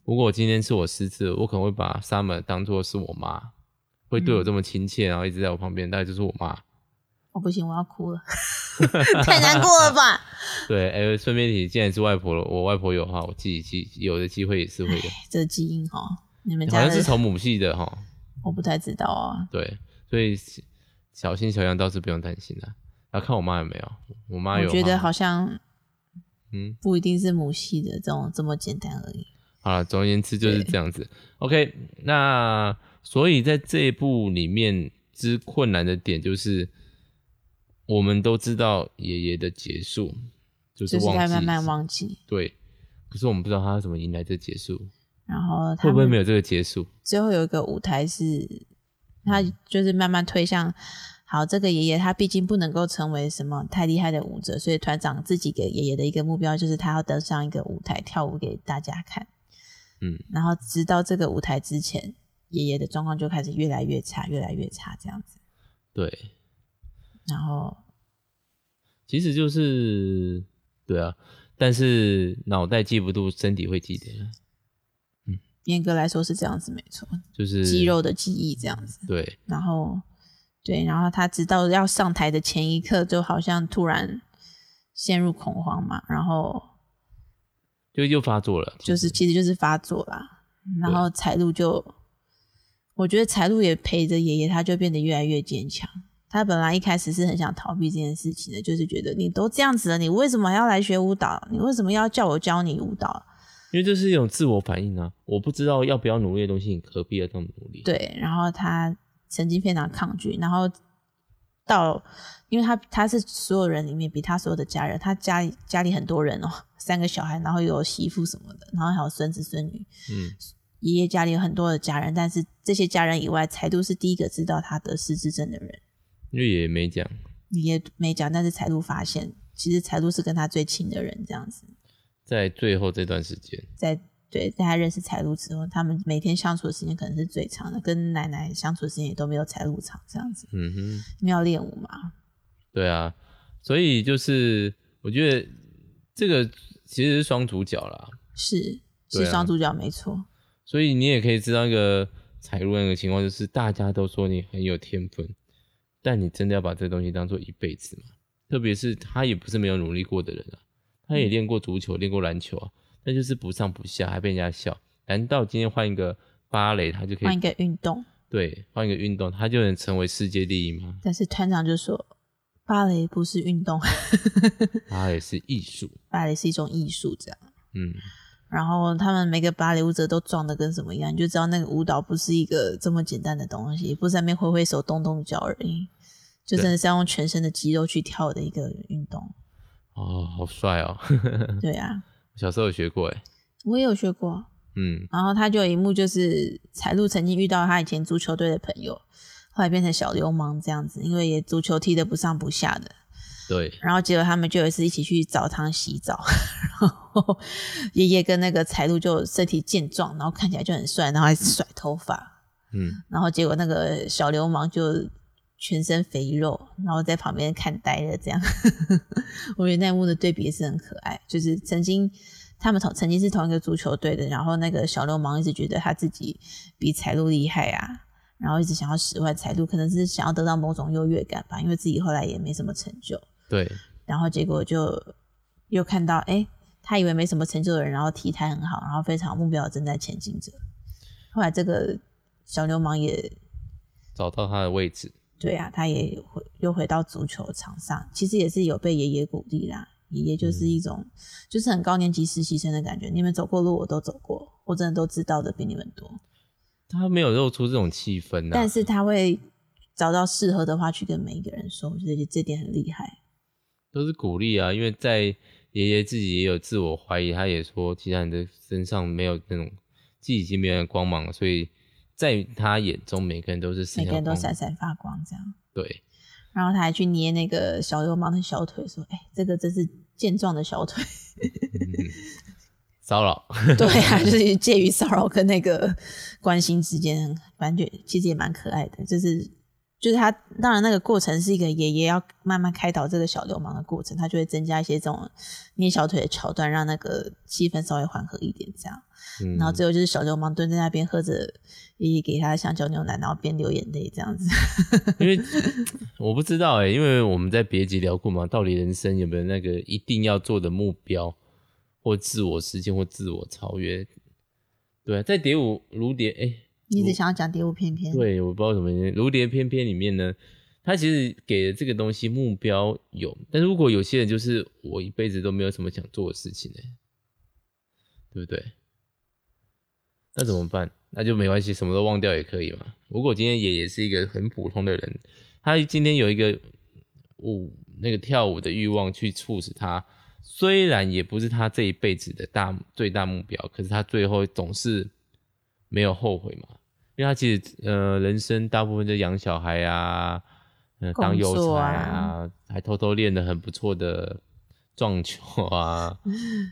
[SPEAKER 1] 如果今天是我失智，我可能会把 Summer 当做是我妈，会对我
[SPEAKER 2] 嗯
[SPEAKER 1] 这么亲切，然后一直在我旁边，大概就是我妈。
[SPEAKER 2] 我、哦不行，我要哭 了，太难过了吧？
[SPEAKER 1] 对，哎、顺便提，既然是外婆了，我外婆有的话，我自己机有的机会也是会的，
[SPEAKER 2] 这基因哈，你们
[SPEAKER 1] 好
[SPEAKER 2] 家
[SPEAKER 1] 像
[SPEAKER 2] 的
[SPEAKER 1] 是从母系的哈。
[SPEAKER 2] 我不太知道啊。
[SPEAKER 1] 对，所以小心小样倒是不用担心啦。然后看我妈有没有，我妈有
[SPEAKER 2] 我觉得
[SPEAKER 1] 吗
[SPEAKER 2] 好像
[SPEAKER 1] 嗯。
[SPEAKER 2] 不一定是母系的这种这么简单而已。
[SPEAKER 1] 好了，总而言之就是
[SPEAKER 2] 对
[SPEAKER 1] 这样子。OK，那所以在这一部里面之困难的点就是，我们都知道爷爷的结束就是
[SPEAKER 2] 就是
[SPEAKER 1] 忘记，
[SPEAKER 2] 他慢慢忘记，
[SPEAKER 1] 对。可是我们不知道他怎么迎来这结束，
[SPEAKER 2] 然后他
[SPEAKER 1] 会不会没
[SPEAKER 2] 们
[SPEAKER 1] 有这个结束？
[SPEAKER 2] 最后有一个舞台是，他就是慢慢推向。好，这个爷爷他毕竟不能够成为什么太厉害的舞者，所以团长自己给爷爷的一个目标就是他要登上一个舞台跳舞给大家看。
[SPEAKER 1] 嗯，
[SPEAKER 2] 然后直到这个舞台之前，爷爷的状况就开始越来越差，越来越差这样子。
[SPEAKER 1] 对，
[SPEAKER 2] 然后
[SPEAKER 1] 其实就是对啊，但是脑袋记不住，身体会记得，
[SPEAKER 2] 严格来说是这样子，没错，
[SPEAKER 1] 就是
[SPEAKER 2] 肌肉的记忆这样子。
[SPEAKER 1] 对
[SPEAKER 2] 然后对，然后他直到要上台的前一刻，就好像突然陷入恐慌嘛，然后
[SPEAKER 1] 就又发作了，其
[SPEAKER 2] 就是
[SPEAKER 1] 实
[SPEAKER 2] 其实就是发作啦。然后财路就，我觉得财路也陪着爷爷，他就变得越来越坚强。他本来一开始是很想逃避这件事情的，就是觉得你都这样子了，你为什么还要来学舞蹈？你为什么要叫我教你舞蹈？
[SPEAKER 1] 因为这是一种自我反应啊。我不知道要不要努力的东西，你何必要这么努力？
[SPEAKER 2] 对，然后他曾经非常抗拒，然后到，因为他他是所有人里面比他所有的家人，他家里家里很多人哦，三个小孩，然后有媳妇什么的，然后还有孙子孙女，
[SPEAKER 1] 嗯，
[SPEAKER 2] 爷爷家里有很多的家人，但是这些家人以外，财度是第一个知道他得失智症的人。
[SPEAKER 1] 因为也没讲，
[SPEAKER 2] 爷爷没讲，但是财度发现，其实财度是跟他最亲的人，这样子。
[SPEAKER 1] 在最后这段时间，
[SPEAKER 2] 在对在他认识财路之后，他们每天相处的时间可能是最长的，跟奶奶相处的时间也都没有财路长这样子。
[SPEAKER 1] 嗯哼，
[SPEAKER 2] 因为要练舞嘛，
[SPEAKER 1] 对啊，所以就是我觉得这个其实是双主角啦，
[SPEAKER 2] 是是
[SPEAKER 1] 对啊
[SPEAKER 2] 双主角没错，
[SPEAKER 1] 所以你也可以知道一个彩路那个情况，就是大家都说你很有天分，但你真的要把这东西当做一辈子吗？特别是他也不是没有努力过的人啊，他也练过足球，练过篮球啊，但就是不上不下，还被人家笑。难道今天换一个芭蕾，他就可
[SPEAKER 2] 换一
[SPEAKER 1] 以
[SPEAKER 2] 个运动，
[SPEAKER 1] 对换一个运动，他就能成为世界第一吗？
[SPEAKER 2] 但是团长就说芭蕾不是运动，
[SPEAKER 1] 芭蕾是艺术，
[SPEAKER 2] 芭蕾是一种艺术，这样。
[SPEAKER 1] 嗯，
[SPEAKER 2] 然后他们每个芭蕾舞者都壮的跟什么一样，你就知道那个舞蹈不是一个这么简单的东西，不是在那边挥挥手、动动脚而已，就真的是要用全身的肌肉去跳的一个运动。
[SPEAKER 1] 哦，好帅哦！
[SPEAKER 2] 对啊，
[SPEAKER 1] 小时候有学过哎，
[SPEAKER 2] 我也有学过。
[SPEAKER 1] 嗯，
[SPEAKER 2] 然后他就有一幕就是彩璐曾经遇到他以前足球队的朋友，后来变成小流氓这样子，因为也足球踢得不上不下的。
[SPEAKER 1] 对，
[SPEAKER 2] 然后结果他们就有一次一起去澡堂洗澡， 然后爷爷跟那个财路就身体健壮，然后看起来就很帅，然后还甩头发，
[SPEAKER 1] 嗯，
[SPEAKER 2] 然后结果那个小流氓就全身肥肉，然后在旁边看呆了这样。 我觉得那一幕的对比也是很可爱，就是曾经他们同曾经是同一个足球队的，然后那个小流氓一直觉得他自己比财路厉害啊。然后一直想要使唤财路，可能是想要得到某种优越感吧，因为自己后来也没什么成就。
[SPEAKER 1] 对，
[SPEAKER 2] 然后结果就又看到，哎，他以为没什么成就的人，然后体态很好，然后非常有目标正在前进着。后来这个小流氓也
[SPEAKER 1] 找到他的位置，
[SPEAKER 2] 对啊，他也回又回到足球场上，其实也是有被爷爷鼓励啦。爷爷就是一种，就是很高年级实习生的感觉。你们走过路，我都走过，我真的都知道的比你们多。
[SPEAKER 1] 他没有露出这种气氛啊呐、
[SPEAKER 2] 但是他会找到适合的话去跟每一个人说，我觉得这点很厉害。
[SPEAKER 1] 都是鼓励啊，因为在爷爷自己也有自我怀疑，他也说，其实你的身上没有那种自己已经没有光芒了，所以在他眼中，每个人都是
[SPEAKER 2] 每个人都
[SPEAKER 1] 闪
[SPEAKER 2] 闪闪发光，这样。
[SPEAKER 1] 对，
[SPEAKER 2] 然后他还去捏那个小流氓的小腿，说：“哎、这个真是健壮的 小腿。
[SPEAKER 1] 骚扰，”
[SPEAKER 2] 对啊，就是介于骚扰跟那个关心之间，感觉其实也蛮可爱的。就是就是他，当然那个过程是一个爷爷要慢慢开导这个小流氓的过程，他就会增加一些这种捏小腿的桥段，让那个气氛稍微缓和一点，这样。
[SPEAKER 1] 嗯
[SPEAKER 2] 然后最后就是小流氓蹲在那边喝着爷爷给他的香蕉牛奶，然后边流眼泪这样子。
[SPEAKER 1] 因为我不知道哎、因为我们在别集聊过嘛，到底人生有没有那个一定要做的目标，或自我实现，或自我超越？对啊，在蝶舞如蝶哎、
[SPEAKER 2] 你只想要讲蝶舞翩翩，
[SPEAKER 1] 对，我不知道怎么原因，《如蝶翩翩》里面呢，它其实给的这个东西目标有，但如果有些人就是我一辈子都没有什么想做的事情呢、对不对？那怎么办？那就没关系，什么都忘掉也可以嘛。如果今天爷爷是一个很普通的人，他今天有一个舞那个跳舞的欲望去促使他，虽然也不是他这一辈子的大最大目标，可是他最后总是没有后悔嘛。因为他其实呃，人生大部分就养小孩啊，呃，当
[SPEAKER 2] 工
[SPEAKER 1] 邮
[SPEAKER 2] 作
[SPEAKER 1] 差
[SPEAKER 2] 啊
[SPEAKER 1] 啊，还偷偷练的很不错的撞球啊，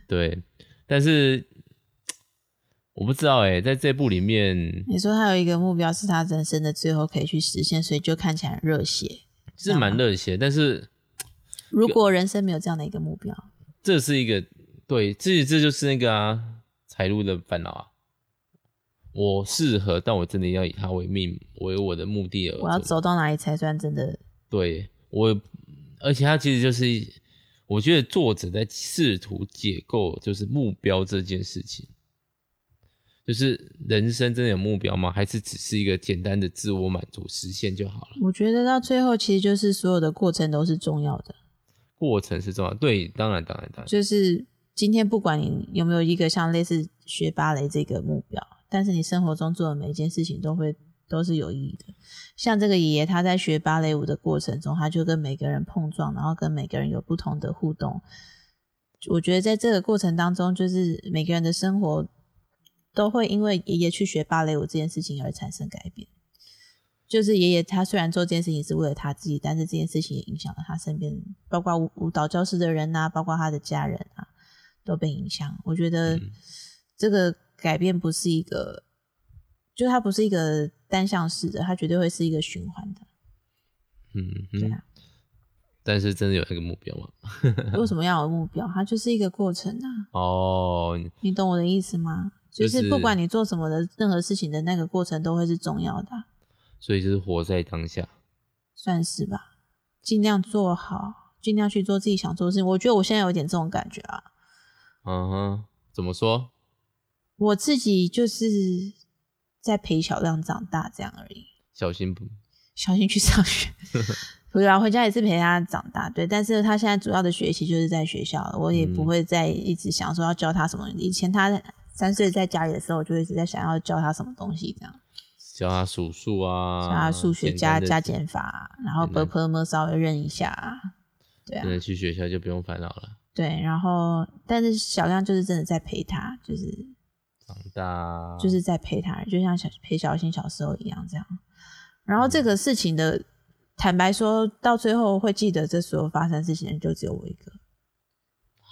[SPEAKER 1] 对。但是我不知道哎、在这部里面
[SPEAKER 2] 你说他有一个目标是他人生的最后可以去实现，所以就看起来很热血。
[SPEAKER 1] 是蛮热血，但是
[SPEAKER 2] 如果人生没有这样的一个目标，
[SPEAKER 1] 这是一个对，这这就是那个啊，财路的烦恼啊。我适合，但我真的要以他为命，为我的目的而
[SPEAKER 2] 我要
[SPEAKER 1] 走
[SPEAKER 2] 走到哪里才算真的？
[SPEAKER 1] 对我，而且他其实就是，我觉得作者在试图解构就是目标这件事情，就是人生真的有目标吗？还是只是一个简单的自我满足实现就好了？
[SPEAKER 2] 我觉得到最后其实就是所有的过程都是重要的。
[SPEAKER 1] 过程是重要，对，当然当然当然，
[SPEAKER 2] 就是今天不管你有没有一个像类似学芭蕾这个目标，但是你生活中做的每一件事情都会都是有意义的。像这个爷爷他在学芭蕾舞的过程中，他就跟每个人碰撞，然后跟每个人有不同的互动。我觉得在这个过程当中，就是每个人的生活都会因为爷爷去学芭蕾舞这件事情而产生改变。就是爷爷他虽然做这件事情是为了他自己，但是这件事情也影响了他身边，包括舞舞蹈教室的人呐、啊包括他的家人啊，都被影响。我觉得这个改变不是一个，就它不是一个单向式的，它绝对会是一个循环的。
[SPEAKER 1] 嗯
[SPEAKER 2] 对
[SPEAKER 1] 嗯
[SPEAKER 2] 啊，
[SPEAKER 1] 但是真的有那个目标吗？
[SPEAKER 2] 为什么要有目标？它就是一个过程啊，
[SPEAKER 1] 哦，
[SPEAKER 2] 你懂我的意思吗？就
[SPEAKER 1] 就是
[SPEAKER 2] 是不管你做什么的任何事情的那个过程都会是重要的啊、
[SPEAKER 1] 所以就是活在当下，
[SPEAKER 2] 算是吧，尽量做好，尽量去做自己想做的事情。我觉得我现在有点这种感觉啊，
[SPEAKER 1] 嗯哼，怎么说？
[SPEAKER 2] 我自己就是在陪小亮长大这样而已。
[SPEAKER 1] 小心不？
[SPEAKER 2] 小心去上 学，不是啊，回家也是陪他长大，对。但是他现在主要的学习就是在学校了，我也
[SPEAKER 1] 嗯
[SPEAKER 2] 不会再一直想说要教他什么。以前他三岁在家里的时候，我就一直在想要教他什么东西这样。
[SPEAKER 1] 教他数数啊，
[SPEAKER 2] 教他数
[SPEAKER 1] 简
[SPEAKER 2] 学
[SPEAKER 1] 单
[SPEAKER 2] 加
[SPEAKER 1] 的
[SPEAKER 2] 加减法啊，然后
[SPEAKER 1] 简单
[SPEAKER 2] purple 么稍微认一下啊，对啊
[SPEAKER 1] 真，的去学校就不用烦恼了。
[SPEAKER 2] 对。然后，但是小亮就是真的在陪他，就是
[SPEAKER 1] 长大
[SPEAKER 2] 就是在陪他，就像小陪小新小时候一样这样。然后这个事情的，坦白说，到最后会记得这所有发生事情的人就只有我一个，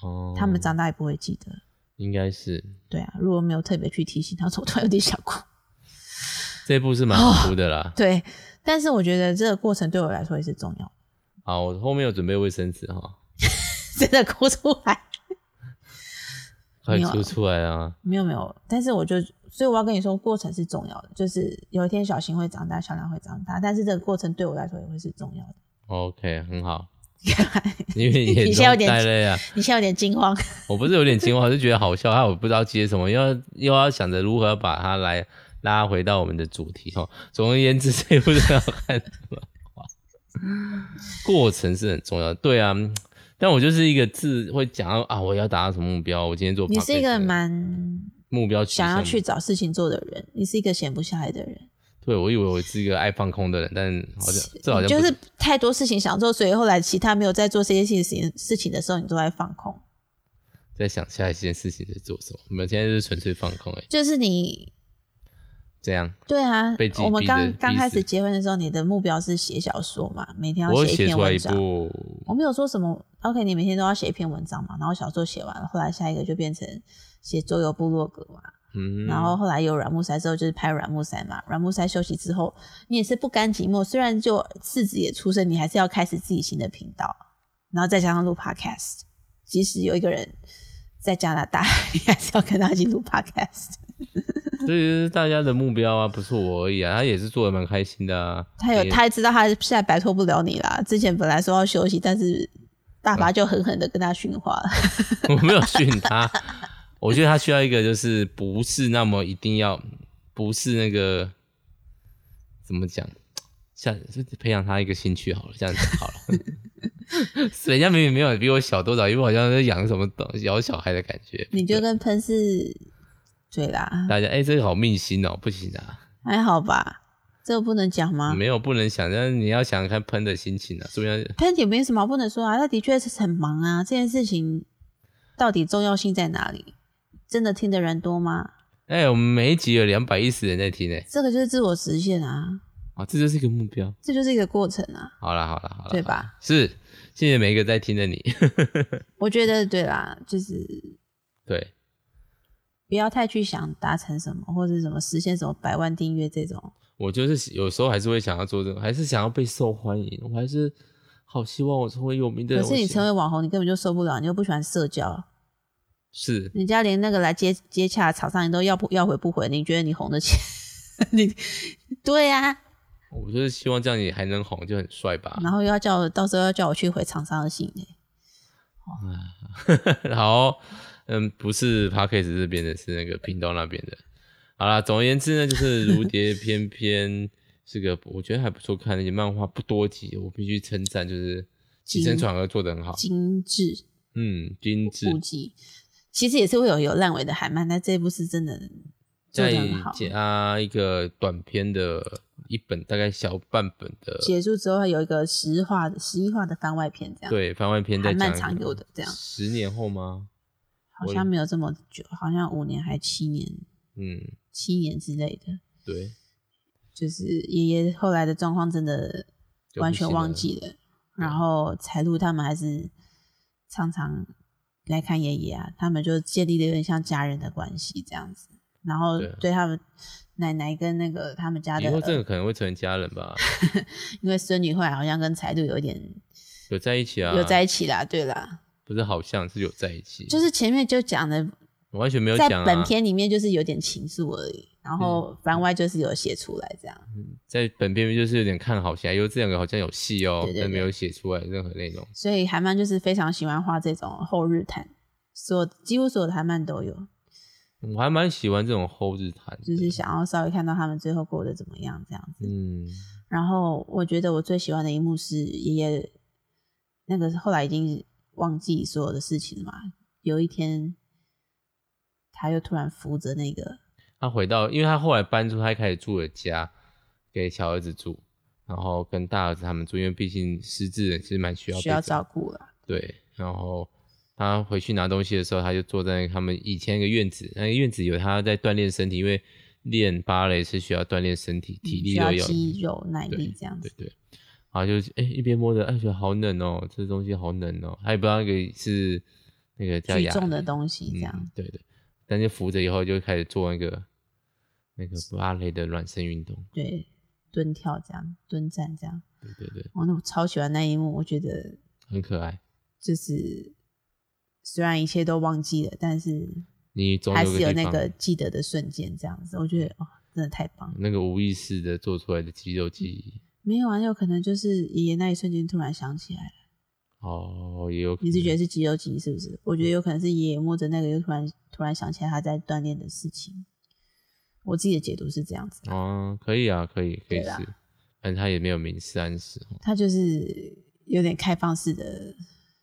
[SPEAKER 1] 哦，
[SPEAKER 2] 他们长大也不会记得。
[SPEAKER 1] 应该是
[SPEAKER 2] 对啊，如果没有特别去提醒他，我突然有点想哭。
[SPEAKER 1] 这一部是蛮好哭的啦。
[SPEAKER 2] 对，但是我觉得这个过程对我来说也是重要的，
[SPEAKER 1] 好，我后面有准备卫生纸哈，
[SPEAKER 2] 真的哭出来。
[SPEAKER 1] 快
[SPEAKER 2] 没有
[SPEAKER 1] 哭出来啊！
[SPEAKER 2] 没有没有，但是我就，所以我要跟你说，过程是重要的。就是有一天小新会长大，小亮会长大，但是这个过程对我来说也会是重要的。
[SPEAKER 1] OK，很 好，因为眼
[SPEAKER 2] 你现在有
[SPEAKER 1] 中
[SPEAKER 2] 点
[SPEAKER 1] 带泪啊！
[SPEAKER 2] 你现在有点惊慌，
[SPEAKER 1] 我不是有点惊慌，我是觉得好笑，害我不知道接什么，又要又要想着如何把它来拉回到我们的主题哦。总而言之，这一部是要看什么话？过程是很重要的，对啊。嗯但我就是一个自会讲到啊，我要达到什么目标，我今天做 podcast 的。
[SPEAKER 2] 你是一个蛮
[SPEAKER 1] 目标取
[SPEAKER 2] 想要
[SPEAKER 1] 向
[SPEAKER 2] 去找事情做的人，你是一个闲不下来的人，
[SPEAKER 1] 对，我以为我是一个爱放空的人，但好像这好
[SPEAKER 2] 你
[SPEAKER 1] 像不
[SPEAKER 2] 就是太多事情想做，所以后来其他没有在做这些事情事情的时候，你都在放空。
[SPEAKER 1] 在想下一件事情在做什么。我们现在就是纯粹放空、欸，哎，
[SPEAKER 2] 就是你
[SPEAKER 1] 这样。
[SPEAKER 2] 对啊
[SPEAKER 1] 被，自己
[SPEAKER 2] 我们
[SPEAKER 1] 逼
[SPEAKER 2] 刚
[SPEAKER 1] 着
[SPEAKER 2] 刚
[SPEAKER 1] 逼
[SPEAKER 2] 开
[SPEAKER 1] 死
[SPEAKER 2] 始结婚的时候，你的目标是写小说嘛，每天要
[SPEAKER 1] 我有
[SPEAKER 2] 写
[SPEAKER 1] 写
[SPEAKER 2] 篇
[SPEAKER 1] 出来
[SPEAKER 2] 文
[SPEAKER 1] 一
[SPEAKER 2] 章。
[SPEAKER 1] 部，
[SPEAKER 2] 我没有说什么，OK，你每天都要写一篇文章嘛，然后小说写完了，后来下一个就变成写桌游部落格嘛，
[SPEAKER 1] 嗯，
[SPEAKER 2] 然后后来有软木塞之后就是拍软木塞嘛，软木塞休息之后，你也是不甘寂寞，虽然就四子也出生，你还是要开始自己新的频道，然后再加上录 podcast，即使有一个人在加拿大， 你还是要跟他一起录 podcast。
[SPEAKER 1] 这就是大家的目标啊，不是我而已啊，他也是做的蛮开心的啊。
[SPEAKER 2] 他有，
[SPEAKER 1] 也
[SPEAKER 2] 他也知道他现在摆脱不了你啦。之前本来说要休息，但是大发就狠狠的跟他训话了。
[SPEAKER 1] 我没有训他， 我觉得他需要一个就是不是那么一定要，不是那个怎么讲，像就培养他一个兴趣好了，这样子好了。 人家明明没有比我小多少，因为好像在养什么东养小孩的感觉。
[SPEAKER 2] 你就跟喷是对啦，
[SPEAKER 1] 大家哎、这个好命心哦，不行啊，
[SPEAKER 2] 还好吧？这个不能讲吗？
[SPEAKER 1] 没有不能想，但是你要想想看喷的心情啊，说不定
[SPEAKER 2] 但也没什么不能说啊，他的确是很忙啊。这件事情到底重要性在哪里？真的听的人多吗？
[SPEAKER 1] 哎、我们每一集有两百一十人在听哎、
[SPEAKER 2] 这个就是自我实现啊，
[SPEAKER 1] 啊，这就是一个目标。
[SPEAKER 2] 这就是一个过程啊。
[SPEAKER 1] 好啦好啦好啦，
[SPEAKER 2] 对吧
[SPEAKER 1] 好啦？是，谢谢每一个在听的你。
[SPEAKER 2] 我觉得对啦，就是
[SPEAKER 1] 对，
[SPEAKER 2] 不要太去想达成什么，或者什么实现什么百万订阅这种。
[SPEAKER 1] 我就是有时候还是会想要做这个，还是想要被受欢迎，我还是好希望我成为有名的
[SPEAKER 2] 可
[SPEAKER 1] 人。
[SPEAKER 2] 是你
[SPEAKER 1] 我喜
[SPEAKER 2] 成为网红，你根本就受不了，你又不喜欢社交，
[SPEAKER 1] 是
[SPEAKER 2] 人家连那个来接接洽的厂商你都要不要回不回，你觉得你红得起？ 你对呀、
[SPEAKER 1] 我就是希望这样你还能红，就很帅 吧。
[SPEAKER 2] 然后又要叫我到时候要叫我去回厂商的信欸
[SPEAKER 1] 好，嗯，不是 p a c k a g e 这边的，是那个频道那边的。好啦，总而言之呢，就是《如蝶翩翩》是个我觉得还不错看的漫画，不多集，我必须称赞，就是起承
[SPEAKER 2] 精
[SPEAKER 1] 转合做得很好，
[SPEAKER 2] 精致
[SPEAKER 1] 嗯，精致，
[SPEAKER 2] 估计其实也是会有有烂尾的韩漫，但这一部是真的做
[SPEAKER 1] 再
[SPEAKER 2] 得很好。
[SPEAKER 1] 加一个短篇的一本，大概小半本的，
[SPEAKER 2] 结束之后还有一个十话的十一话的番外篇，这样，
[SPEAKER 1] 对，番外篇再
[SPEAKER 2] 还蛮
[SPEAKER 1] 讲一
[SPEAKER 2] 常
[SPEAKER 1] 个
[SPEAKER 2] 有的这样
[SPEAKER 1] 十年后吗？
[SPEAKER 2] 好像没有这么久，好像五年还七年，
[SPEAKER 1] 嗯，
[SPEAKER 2] 七年之类的。
[SPEAKER 1] 对，
[SPEAKER 2] 就是爷爷后来的状况真的完全忘记了，然后财路他们还是常常来看爷爷啊，他们就建立了有点像家人的关系这样子，然后
[SPEAKER 1] 对啊
[SPEAKER 2] 对他们奶奶跟那个他们家
[SPEAKER 1] 以
[SPEAKER 2] 的
[SPEAKER 1] 后
[SPEAKER 2] 儿，
[SPEAKER 1] 这个可能会成为家人 吧，
[SPEAKER 2] 因为孙女后来好像跟财路有一点
[SPEAKER 1] 有在一起啊，嗯
[SPEAKER 2] 有在一起啦，对啦，
[SPEAKER 1] 不是好像是有在一起，
[SPEAKER 2] 就是前面就讲的，
[SPEAKER 1] 我完全没有
[SPEAKER 2] 在
[SPEAKER 1] 讲啊，嗯
[SPEAKER 2] 本片里面就是有点情愫而已，然后番外就是有写出来这样。
[SPEAKER 1] 在本片就是有点看好戏啊，因为这两个好像有戏哦，
[SPEAKER 2] 对对
[SPEAKER 1] 但没
[SPEAKER 2] 对
[SPEAKER 1] 有写出来任何内容。
[SPEAKER 2] 所以韩漫就是非常喜欢画这种后日谈，所有几乎所有的韩漫都有。
[SPEAKER 1] 我还蛮喜欢这种后日谈，
[SPEAKER 2] 就是想要稍微看到他们最后过得怎么样这样子。
[SPEAKER 1] 嗯，
[SPEAKER 2] 然后我觉得我最喜欢的一幕是爷爷那个后来已经忘记所有的事情了嘛，有一天他又突然扶着那个，
[SPEAKER 1] 他回到，因为他后来搬出，他开始住了家，给小儿子住，然后跟大儿子他们住，因为毕竟失智人是蛮需要被
[SPEAKER 2] 需要照顾了，
[SPEAKER 1] 对，然后他回去拿东西的时候，他就坐在他们以前一个院子，那个院子有他在锻炼身体，因为练芭蕾是需要锻炼身体，体力
[SPEAKER 2] 嗯需
[SPEAKER 1] 都
[SPEAKER 2] 要
[SPEAKER 1] 有，
[SPEAKER 2] 肌肉耐
[SPEAKER 1] 对
[SPEAKER 2] 力这样子
[SPEAKER 1] 对。对，然后就哎、一边摸着，哎觉得好冷哦，这东西好冷哦，他也不知道那个是那个叫
[SPEAKER 2] 举
[SPEAKER 1] 牙
[SPEAKER 2] 重的东西这样。
[SPEAKER 1] 嗯，对对，但是扶着以后就开始做那个那个芭蕾的暖身运动，
[SPEAKER 2] 对，蹲跳这样，蹲站这样。哦
[SPEAKER 1] 对对对，
[SPEAKER 2] 我那我超喜欢那一幕，我觉得
[SPEAKER 1] 很可爱。
[SPEAKER 2] 就是虽然一切都忘记了，但是
[SPEAKER 1] 你总
[SPEAKER 2] 还
[SPEAKER 1] 有
[SPEAKER 2] 是
[SPEAKER 1] 个
[SPEAKER 2] 有
[SPEAKER 1] 地
[SPEAKER 2] 那
[SPEAKER 1] 方
[SPEAKER 2] 个记得的瞬间这样子。我觉得哦，真的太棒了。
[SPEAKER 1] 那个无意识的做出来的肌肉记忆，
[SPEAKER 2] 没有啊，有可能就是爷爷那一瞬间突然想起来了。
[SPEAKER 1] 哦，也有可能。
[SPEAKER 2] 你是觉得是肌肉记忆是不是？我觉得有可能是爷爷摸着那个，又突然突然想起来他在锻炼的事情。我自己的解读是这样子的，
[SPEAKER 1] 哦，可以啊，可以，可以
[SPEAKER 2] 对啦
[SPEAKER 1] 是，但他也没有明示暗示哦。
[SPEAKER 2] 他就是有点开放式的，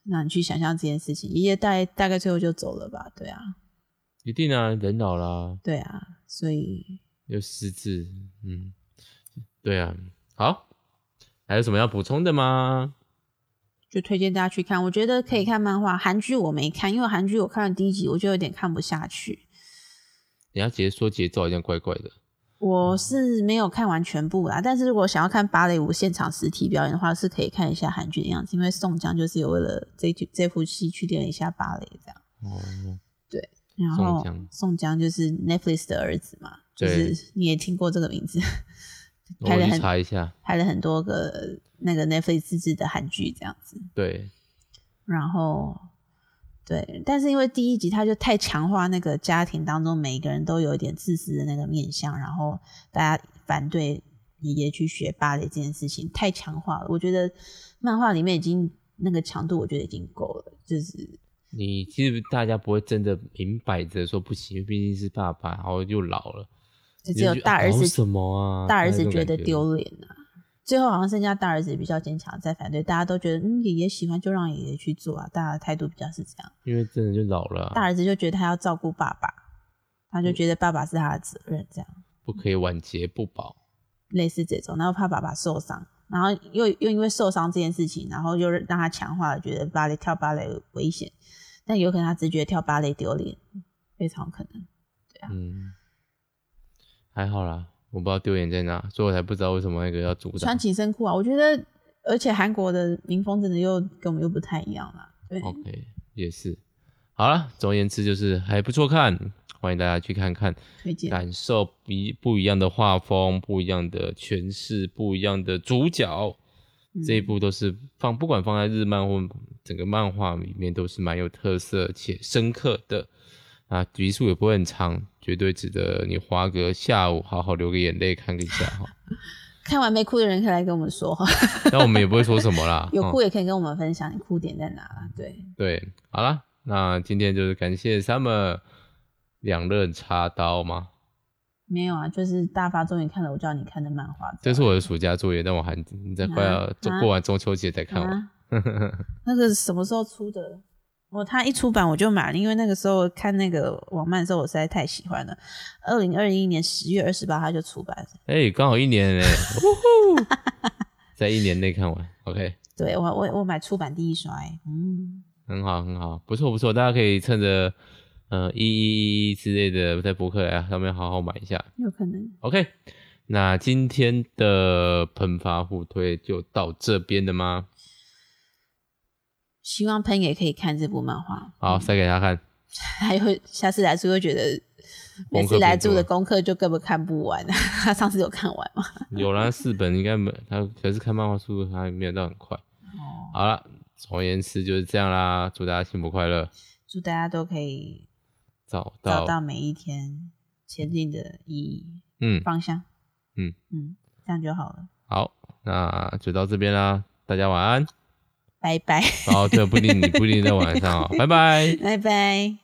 [SPEAKER 2] 让你去想象这件事情。爷爷大概大概最后就走了吧？对啊，
[SPEAKER 1] 一定啊，人老啦，
[SPEAKER 2] 对啊，所以
[SPEAKER 1] 又失智，嗯，对啊，好，还有什么要补充的吗？
[SPEAKER 2] 就推荐大家去看。我觉得
[SPEAKER 1] 嗯
[SPEAKER 2] 可以看漫画，韩剧我没看，因为韩剧我看了第一集，我就有点看不下去。
[SPEAKER 1] 你要节说节奏好像怪怪的，嗯
[SPEAKER 2] 我是没有看完全部啦，但是如果想要看芭蕾舞现场实体表演的话，是可以看一下韩剧的样子，因为宋江就是有为了这剧这部戏去练一下芭蕾这样。
[SPEAKER 1] 哦，
[SPEAKER 2] 然后
[SPEAKER 1] 宋江
[SPEAKER 2] 宋江就是 Netflix 的儿子嘛，就
[SPEAKER 1] 对
[SPEAKER 2] 是你也听过这个名字，
[SPEAKER 1] 我
[SPEAKER 2] 拍得
[SPEAKER 1] 去
[SPEAKER 2] 很
[SPEAKER 1] 查一下，
[SPEAKER 2] 拍了很多个那个 Netflix 自制的韩剧这样子。
[SPEAKER 1] 对，
[SPEAKER 2] 然后对，但是因为第一集他就太强化那个家庭当中每一个人都有一点自私的那个面相，然后大家反对爷爷去学芭蕾这件事情太强化了。我觉得漫画里面已经那个强度，我觉得已经够了，就是
[SPEAKER 1] 你其实大家不会真的明摆着说不行，因为毕竟是爸爸，然后又老了，
[SPEAKER 2] 就
[SPEAKER 1] 你
[SPEAKER 2] 只有
[SPEAKER 1] 觉得
[SPEAKER 2] 大儿
[SPEAKER 1] 搞
[SPEAKER 2] 子
[SPEAKER 1] 什么啊
[SPEAKER 2] 大儿子
[SPEAKER 1] 那种
[SPEAKER 2] 觉得
[SPEAKER 1] 感觉
[SPEAKER 2] 丢脸啊。最后好像剩下大儿子比较坚强，在反对，大家都觉得嗯，爷爷喜欢就让爷爷去做啊，大家的态度比较是这样。
[SPEAKER 1] 因为真的就老了啊、
[SPEAKER 2] 大儿子就觉得他要照顾爸爸，他
[SPEAKER 1] 嗯
[SPEAKER 2] 就觉得爸爸是他的责任，这样。
[SPEAKER 1] 不可以晚节不保。
[SPEAKER 2] 类似这种，然后怕爸爸受伤，然后又又因为受伤这件事情，然后又让他强化了觉得芭蕾跳芭蕾危险，但有可能他只是觉得跳芭蕾丢脸，非常有可能。
[SPEAKER 1] 嗯，还好啦，我不知道丢脸在哪，所以我才不知道为什么那个要阻挡
[SPEAKER 2] 穿。紧身裤啊，我觉得，而且韩国的民风真的又跟我们又不太一样啦。对，
[SPEAKER 1] OK，也是。好了，总而言之就是还不错看，欢迎大家去看看，
[SPEAKER 2] 推荐
[SPEAKER 1] 感受不一不一样的画风、不一样的诠释、不一样的主角。
[SPEAKER 2] 嗯
[SPEAKER 1] 这一部都是放，不管放在日漫或整个漫画里面，都是蛮有特色且深刻的。啊，集数也不会很长，绝对值得你花个下午好好流个眼泪看个一下哈。
[SPEAKER 2] 看完没哭的人可以来跟我们说哈，。
[SPEAKER 1] 那我们也不会说什么啦
[SPEAKER 2] 有
[SPEAKER 1] 嗯
[SPEAKER 2] 哭也可以跟我们分享你哭点在哪啦。对，
[SPEAKER 1] 对，好啦，那今天就是感谢 Summer 两刃插刀嘛，
[SPEAKER 2] 没有啊，就是大发终于看了我叫你看的漫画，
[SPEAKER 1] 这是我的暑假作业，但我还在快要
[SPEAKER 2] 啊
[SPEAKER 1] 就
[SPEAKER 2] 啊
[SPEAKER 1] 过完中秋节才看完。
[SPEAKER 2] 啊、那个什么时候出的？我他一出版我就买了，因为那个时候看那个网漫的时候，我实在太喜欢了。二零二一年十月二十八他就出版了，
[SPEAKER 1] 哎、刚好一年嘞，呼呼在一年内看完，OK，
[SPEAKER 2] 对我我我买出版第一刷、欸，嗯，
[SPEAKER 1] 很好很好，不错不错，大家可以趁着呃一一一一之类的在博客来啊上面好好买一下
[SPEAKER 2] 有可能
[SPEAKER 1] ，OK。那今天的喷发互推就到这边了吗？
[SPEAKER 2] 希望喷也可以看这部漫画，
[SPEAKER 1] 好，塞给大家看。
[SPEAKER 2] 还有下次来住又觉得每次来住的功课就根本看不完，啊 他上次有看完吗？
[SPEAKER 1] 有啦，四本应该没他，可是看漫画速度他没有到很快。好了，总而言之就是这样啦，祝大家幸福快乐，
[SPEAKER 2] 祝大家都可以
[SPEAKER 1] 找
[SPEAKER 2] 找
[SPEAKER 1] 到
[SPEAKER 2] 到每一天前进的意义
[SPEAKER 1] 嗯，
[SPEAKER 2] 方向，
[SPEAKER 1] 嗯
[SPEAKER 2] 嗯，这样就好了，
[SPEAKER 1] 好，那就到这边啦，大家晚安。
[SPEAKER 2] 拜拜。
[SPEAKER 1] 哦，对，不一定你不一定在晚上哦，拜拜。
[SPEAKER 2] 拜拜。